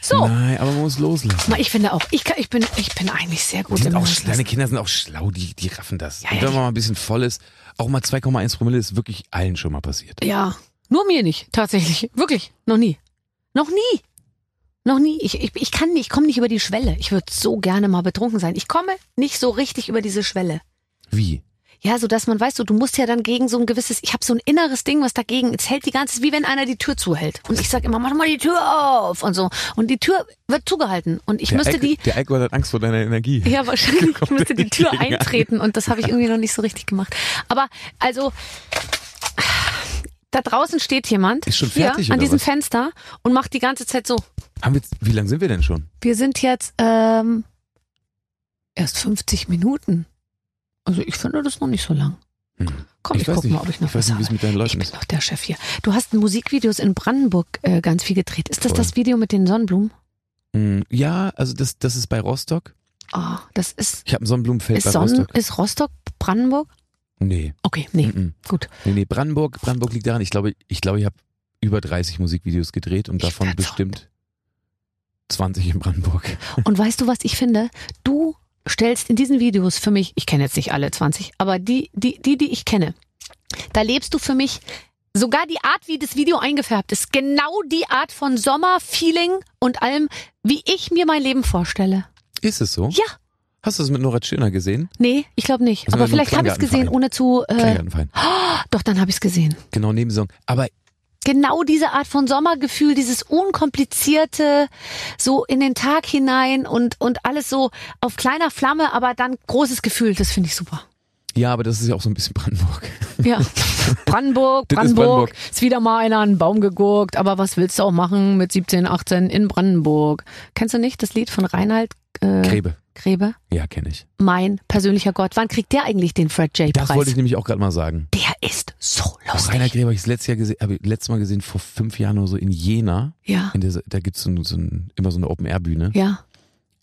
Speaker 2: So,
Speaker 4: Nein, aber man muss loslassen.
Speaker 2: mal, ich finde auch, ich, kann, ich, bin, ich bin eigentlich sehr gut
Speaker 4: Die sind
Speaker 2: im
Speaker 4: auch,
Speaker 2: Loslassen.
Speaker 4: deine Kinder sind auch schlau, die, die raffen das.
Speaker 2: Ja,
Speaker 4: Und
Speaker 2: ja,
Speaker 4: wenn man mal ein bisschen voll ist, auch mal 2,1 Promille ist wirklich allen schon mal passiert.
Speaker 2: Ja, nur mir nicht, tatsächlich. Wirklich, noch nie. Noch nie. Noch nie. Ich, ich, ich kann nicht, ich komme nicht über die Schwelle. Ich würde so gerne mal betrunken sein. Ich komme nicht so richtig über diese Schwelle.
Speaker 4: Wie?
Speaker 2: Ja, so dass man weiß, so, du musst ja dann gegen so ein gewisses, ich habe so ein inneres Ding, was dagegen, es hält die ganze, wie wenn einer die Tür zuhält. Und ich sag immer, mach mal die Tür auf und so. Und die Tür wird zugehalten. Und ich müsste
Speaker 4: Alk-
Speaker 2: die,
Speaker 4: der Alkohol hat Angst vor deiner Energie.
Speaker 2: ja, wahrscheinlich
Speaker 4: Kommt
Speaker 2: müsste die
Speaker 4: nicht
Speaker 2: Tür
Speaker 4: gegen an.
Speaker 2: eintreten und das habe ich irgendwie noch nicht so richtig gemacht. Aber also da draußen steht jemand
Speaker 4: Ist schon fertig,
Speaker 2: hier an
Speaker 4: oder
Speaker 2: diesem
Speaker 4: was?
Speaker 2: Fenster und macht die ganze Zeit so.
Speaker 4: Haben wir, jetzt- wie lange sind wir denn schon?
Speaker 2: Wir sind jetzt ähm, erst 50 Minuten. Also ich finde das noch nicht so lang.
Speaker 4: Hm.
Speaker 2: Komm, ich,
Speaker 4: weiß
Speaker 2: guck
Speaker 4: nicht.
Speaker 2: mal, ob ich noch
Speaker 4: Ich
Speaker 2: was
Speaker 4: weiß nicht, wie es
Speaker 2: habe.
Speaker 4: mit deinen
Speaker 2: Ich
Speaker 4: Leuten
Speaker 2: bin
Speaker 4: ist.
Speaker 2: doch der Chef hier. Du hast Musikvideos in Brandenburg äh, ganz viel gedreht. Ist das
Speaker 4: Voll.
Speaker 2: das Video mit den Sonnenblumen?
Speaker 4: Hm, Ja, also das, das ist bei Rostock.
Speaker 2: Ah, das ist
Speaker 4: Ich habe ein Sonnenblumenfeld
Speaker 2: ist,
Speaker 4: bei
Speaker 2: Sonnen,
Speaker 4: Rostock.
Speaker 2: ist Rostock Brandenburg?
Speaker 4: Nee.
Speaker 2: Okay, nee,
Speaker 4: mhm.
Speaker 2: gut.
Speaker 4: nee, nee, Brandenburg. Brandenburg liegt daran. Ich glaube, ich, glaube, ich habe über 30 Musikvideos gedreht und
Speaker 2: Ich
Speaker 4: davon
Speaker 2: werd
Speaker 4: bestimmt 20 in Brandenburg.
Speaker 2: Und weißt du, was ich finde? Du stellst in diesen Videos für mich, ich kenne jetzt nicht alle 20, aber die, die, die, die ich kenne, da lebst du für mich sogar die Art, wie das Video eingefärbt ist. Genau die Art von Sommer, Feeling und allem, wie ich mir mein Leben vorstelle.
Speaker 4: Ist es so?
Speaker 2: Ja,
Speaker 4: Hast du das mit Nora Tschirner gesehen?
Speaker 2: nee, ich glaube nicht.
Speaker 4: Also
Speaker 2: aber
Speaker 4: in so einem
Speaker 2: vielleicht habe ich es gesehen,
Speaker 4: Kleingartenverein.
Speaker 2: ohne zu. Äh,
Speaker 4: Kleingartenverein.
Speaker 2: doch, dann habe ich es gesehen.
Speaker 4: Genau, neben Song. Aber
Speaker 2: Genau diese Art von Sommergefühl, dieses unkomplizierte, so in den Tag hinein und, und alles so auf kleiner Flamme, aber dann großes Gefühl, das finde ich super.
Speaker 4: ja, aber das ist ja auch so ein bisschen Brandenburg.
Speaker 2: Ja, Brandenburg, Brandenburg,
Speaker 4: Das ist Brandenburg.
Speaker 2: Ist wieder mal einer an den Baum gegurkt, aber was willst du auch machen mit 17, 18 in Brandenburg? Kennst du nicht das Lied von Reinhard äh,
Speaker 4: Gräbe.
Speaker 2: Grebe?
Speaker 4: Ja, kenne ich.
Speaker 2: Mein persönlicher Gott. Wann kriegt der eigentlich den Fred J.
Speaker 4: Das wollte
Speaker 2: Preis?
Speaker 4: ich nämlich auch gerade mal sagen.
Speaker 2: Der ist so
Speaker 4: Auch
Speaker 2: lustig.
Speaker 4: Rainer Gräber, ich letztes Jahr gesehen, habe ich letztes Mal gesehen, vor fünf Jahren oder so in Jena.
Speaker 2: ja,
Speaker 4: In der, da gibt's so, ein- so ein, immer so eine Open-Air-Bühne.
Speaker 2: ja.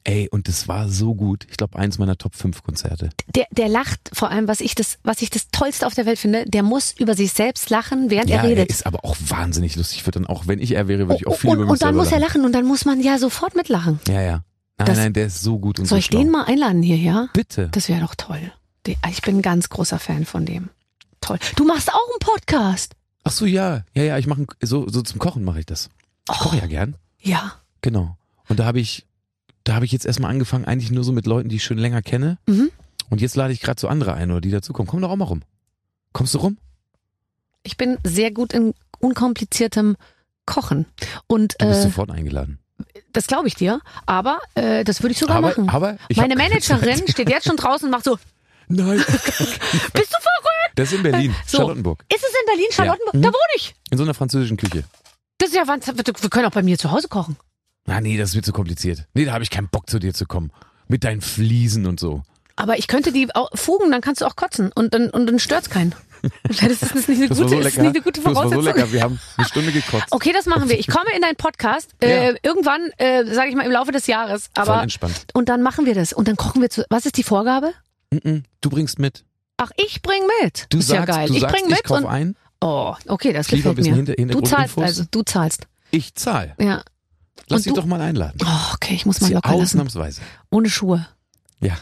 Speaker 4: Ey, und das war so gut. Ich glaube, eins meiner Top 5 Konzerte.
Speaker 2: Der, der lacht vor allem, was ich, das, was ich das Tollste auf der Welt finde, der muss über sich selbst lachen, während er redet.
Speaker 4: ist aber auch wahnsinnig lustig. Ich würde dann auch, wenn ich er wäre, würde ich
Speaker 2: Oh,
Speaker 4: auch viel
Speaker 2: oh,
Speaker 4: über
Speaker 2: und,
Speaker 4: mich
Speaker 2: und dann
Speaker 4: selber
Speaker 2: muss er lachen und dann muss man ja sofort mitlachen.
Speaker 4: lachen. Ja, ja. Nein,
Speaker 2: Das-
Speaker 4: nein, der ist so gut und
Speaker 2: Soll
Speaker 4: so
Speaker 2: ich den
Speaker 4: schlau.
Speaker 2: mal einladen hier, ja?
Speaker 4: Bitte.
Speaker 2: Das wäre doch toll. Die- ah, Ich bin ein ganz großer Fan von dem. Toll. Du machst auch einen Podcast.
Speaker 4: Ach so, ja, ja, ja. Ich mache so, so zum Kochen mache ich das. Ich koche ja gern.
Speaker 2: Ja.
Speaker 4: Genau. Und da habe ich, da habe ich jetzt erstmal angefangen, eigentlich nur so mit Leuten, die ich schon länger kenne.
Speaker 2: Mhm.
Speaker 4: Und jetzt lade ich gerade so andere ein oder die dazukommen. Komm doch auch mal rum. Kommst du rum?
Speaker 2: Ich bin sehr gut in unkompliziertem Kochen. Und
Speaker 4: Du bist
Speaker 2: äh,
Speaker 4: sofort eingeladen.
Speaker 2: das glaube ich dir. Aber äh, das würde ich sogar
Speaker 4: Aber,
Speaker 2: machen.
Speaker 4: aber ich
Speaker 2: Meine
Speaker 4: hab keine
Speaker 2: Managerin
Speaker 4: Zeit.
Speaker 2: steht jetzt schon draußen und macht so,
Speaker 4: Nein,
Speaker 2: bist du verrückt? Äh,
Speaker 4: das ist in Berlin,
Speaker 2: So.
Speaker 4: Charlottenburg.
Speaker 2: Ist es in Berlin, Charlottenburg?
Speaker 4: Ja. Mhm.
Speaker 2: Da wohne ich.
Speaker 4: In so einer französischen Küche.
Speaker 2: Das ist ja, wann- wir können auch bei mir zu Hause kochen.
Speaker 4: Ah, nee, das wird zu kompliziert. Nee, da habe ich keinen Bock zu dir zu kommen. Mit deinen Fliesen und so.
Speaker 2: Aber ich könnte die au- fugen, dann kannst du auch kotzen und dann, und dann stört's keinen. Das ist, das ist nicht eine
Speaker 4: Das
Speaker 2: gute, das
Speaker 4: war so
Speaker 2: ist
Speaker 4: lecker.
Speaker 2: nicht eine gute
Speaker 4: Du, das war so
Speaker 2: Voraussetzung.
Speaker 4: lecker. Wir haben eine Stunde gekotzt.
Speaker 2: Okay, das machen wir. Ich komme in deinen Podcast äh, irgendwann, äh, sage ich mal, im Laufe des Jahres.
Speaker 4: Voll
Speaker 2: Aber
Speaker 4: entspannt.
Speaker 2: und dann machen wir das und dann kochen wir zu. Was ist die Vorgabe?
Speaker 4: Mhm, Du bringst mit.
Speaker 2: Ach, ich bring mit.
Speaker 4: Du
Speaker 2: ist
Speaker 4: sagst,
Speaker 2: ja geil.
Speaker 4: du
Speaker 2: ich
Speaker 4: sagst,
Speaker 2: bring mit
Speaker 4: ich kauf
Speaker 2: und
Speaker 4: ein.
Speaker 2: oh, okay, das
Speaker 4: Lieber
Speaker 2: gefällt
Speaker 4: ein bisschen
Speaker 2: mir.
Speaker 4: hinter,
Speaker 2: du zahlst
Speaker 4: Hintergrundinfos.
Speaker 2: also, du zahlst.
Speaker 4: Ich zahl.
Speaker 2: Ja.
Speaker 4: Lass
Speaker 2: Und
Speaker 4: dich
Speaker 2: du-
Speaker 4: doch mal einladen.
Speaker 2: Oh, okay, ich muss mal
Speaker 4: Sie
Speaker 2: locker lassen.
Speaker 4: ausnahmsweise.
Speaker 2: Ohne Schuhe.
Speaker 4: Ja.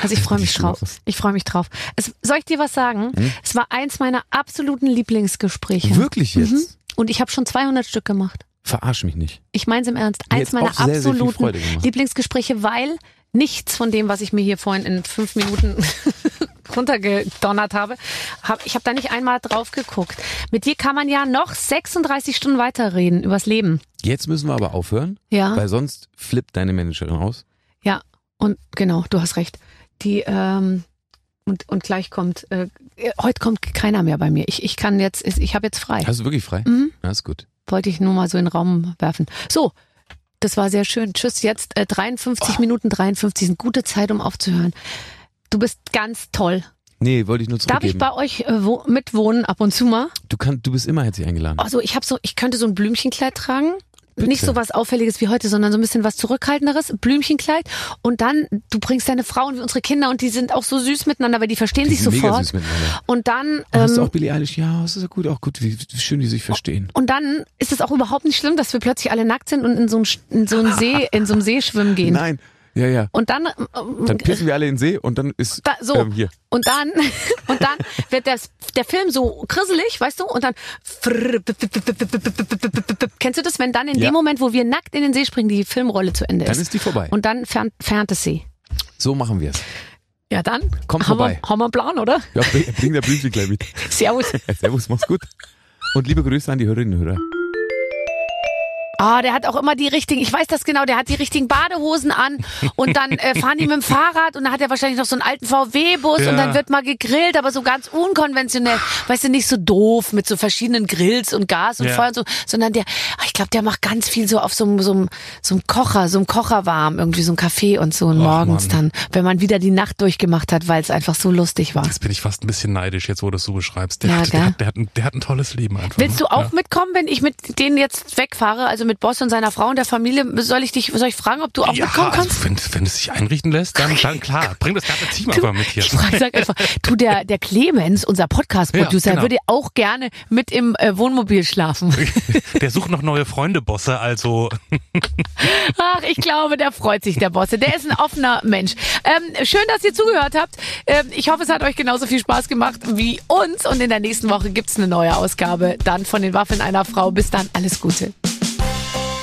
Speaker 2: Also ich freue mich
Speaker 4: Die Schuhe Hm?
Speaker 2: drauf.
Speaker 4: aus.
Speaker 2: Ich freue mich drauf. Es, soll ich dir was sagen? Es war eins meiner absoluten Lieblingsgespräche.
Speaker 4: Wirklich jetzt?
Speaker 2: Mhm. Und ich habe schon 200 Stück gemacht.
Speaker 4: Verarsch mich nicht.
Speaker 2: Ich meine es im Ernst.
Speaker 4: Mir
Speaker 2: Eins
Speaker 4: hat's
Speaker 2: meiner
Speaker 4: auch sehr, sehr viel
Speaker 2: absoluten
Speaker 4: Freude gemacht.
Speaker 2: Lieblingsgespräche, weil nichts von dem, was ich mir hier vorhin in fünf Minuten runtergedonnert habe, hab, ich habe da nicht einmal drauf geguckt. Mit dir kann man ja noch 36 Stunden weiterreden übers Leben.
Speaker 4: Jetzt müssen wir aber aufhören,
Speaker 2: Ja,
Speaker 4: weil sonst flippt deine Managerin aus.
Speaker 2: ja. Und genau, du hast recht. Die ähm, und, und gleich kommt, äh, heute kommt keiner mehr bei mir. Ich, ich kann jetzt, ich habe jetzt frei.
Speaker 4: Hast du wirklich frei?
Speaker 2: Mhm.
Speaker 4: Ja, ist gut.
Speaker 2: Wollte ich nur mal so in den Raum werfen. So, das war sehr schön. Tschüss. Jetzt äh, 53 Minuten 53 sind gute Zeit, um aufzuhören. Du bist ganz toll.
Speaker 4: Nee, wollte ich nur
Speaker 2: Darf
Speaker 4: zurückgeben.
Speaker 2: ich bei euch äh, wo, mitwohnen ab und zu mal? Oh,
Speaker 4: du, kannst, du bist immer herzlich eingeladen.
Speaker 2: Also ich habe so, ich könnte so ein Blümchenkleid tragen.
Speaker 4: Bitte.
Speaker 2: Nicht so was Auffälliges wie heute, sondern so ein bisschen was Zurückhaltenderes, Blümchenkleid. Und dann, du bringst deine Frau und unsere Kinder und die sind auch so süß miteinander, weil die verstehen
Speaker 4: Die
Speaker 2: sich
Speaker 4: sind mega
Speaker 2: sofort.
Speaker 4: süß miteinander.
Speaker 2: und dann,
Speaker 4: Ähm, hast du
Speaker 2: ähm,
Speaker 4: auch Billie Eilish? Ja, das ist ja gut, auch gut, wie, wie schön die sich verstehen.
Speaker 2: und dann ist es auch überhaupt nicht schlimm, dass wir plötzlich alle nackt sind und in so einen, Sch- in so einen See, in so einem See schwimmen gehen.
Speaker 4: Nein, ja, ja.
Speaker 2: Oh, Und dann, ähm,
Speaker 4: Dann pissen wir alle in den See und dann ist
Speaker 2: Da, so.
Speaker 4: ähm, hier.
Speaker 2: Und dann, und dann wird der, der Film so krisselig, weißt du? Und dann. Kennst du das, wenn dann in
Speaker 4: Ja.
Speaker 2: dem Moment, wo wir nackt in den See springen, die Filmrolle zu Ende ist?
Speaker 4: Dann ist die vorbei.
Speaker 2: und dann Fan Fantasy.
Speaker 4: So machen wir es.
Speaker 2: Ja, dann
Speaker 4: Kommt
Speaker 2: haben,
Speaker 4: vorbei.
Speaker 2: Wir, haben wir einen Plan, oder?
Speaker 4: Ja, bring, bring der Blümchen gleich mit.
Speaker 2: Servus.
Speaker 4: Ja, servus, mach's gut. Und liebe Grüße an die Hörerinnen und Hörer.
Speaker 2: Ah, der hat auch immer die richtigen, ich weiß das genau, der hat die richtigen Badehosen an und dann äh, fahren die mit dem Fahrrad und dann hat er wahrscheinlich noch so einen alten VW-Bus
Speaker 3: Ja.
Speaker 2: und dann wird mal gegrillt, aber so ganz unkonventionell. Weißt du, nicht so doof mit so verschiedenen Grills und Gas und
Speaker 3: Ja.
Speaker 2: Feuer und so, sondern der, ah, ich glaube, der macht ganz viel so auf so einem, so einem, so einem Kocher, so einem Kocher warm, irgendwie so einem Kaffee und so und morgens dann, wenn man wieder die Nacht durchgemacht hat, weil es einfach so lustig war.
Speaker 3: Jetzt bin ich fast ein bisschen neidisch, jetzt wo du es so beschreibst. Der,
Speaker 2: Ja,
Speaker 3: hat, der,
Speaker 2: gell?
Speaker 3: hat, der, hat, ein, der hat ein tolles Leben einfach.
Speaker 2: Willst
Speaker 3: ne?
Speaker 2: du auch
Speaker 3: Ja.
Speaker 2: mitkommen, wenn ich mit denen jetzt wegfahre, also mit Boss und seiner Frau und der Familie? Soll ich dich, soll ich fragen, ob du auch
Speaker 3: Ja,
Speaker 2: mitkommen kannst?
Speaker 3: also wenn, wenn es sich einrichten lässt, dann, dann klar. Bring das ganze Team
Speaker 2: Du,
Speaker 3: einfach mit hier.
Speaker 2: ich frage, sag einfach, du, der, der Clemens, unser Podcast-Producer,
Speaker 3: Ja, genau.
Speaker 2: würde auch gerne mit im äh, Wohnmobil schlafen.
Speaker 3: Der sucht noch neue Freunde, Bosse, also
Speaker 2: Ach, ich glaube, der freut sich, der Bosse. Der ist ein offener Mensch. Ähm, schön, dass ihr zugehört habt. Ähm, ich hoffe, es hat euch genauso viel Spaß gemacht wie uns. Und in der nächsten Woche gibt's eine neue Ausgabe dann von den Waffeln einer Frau. Bis dann, alles Gute.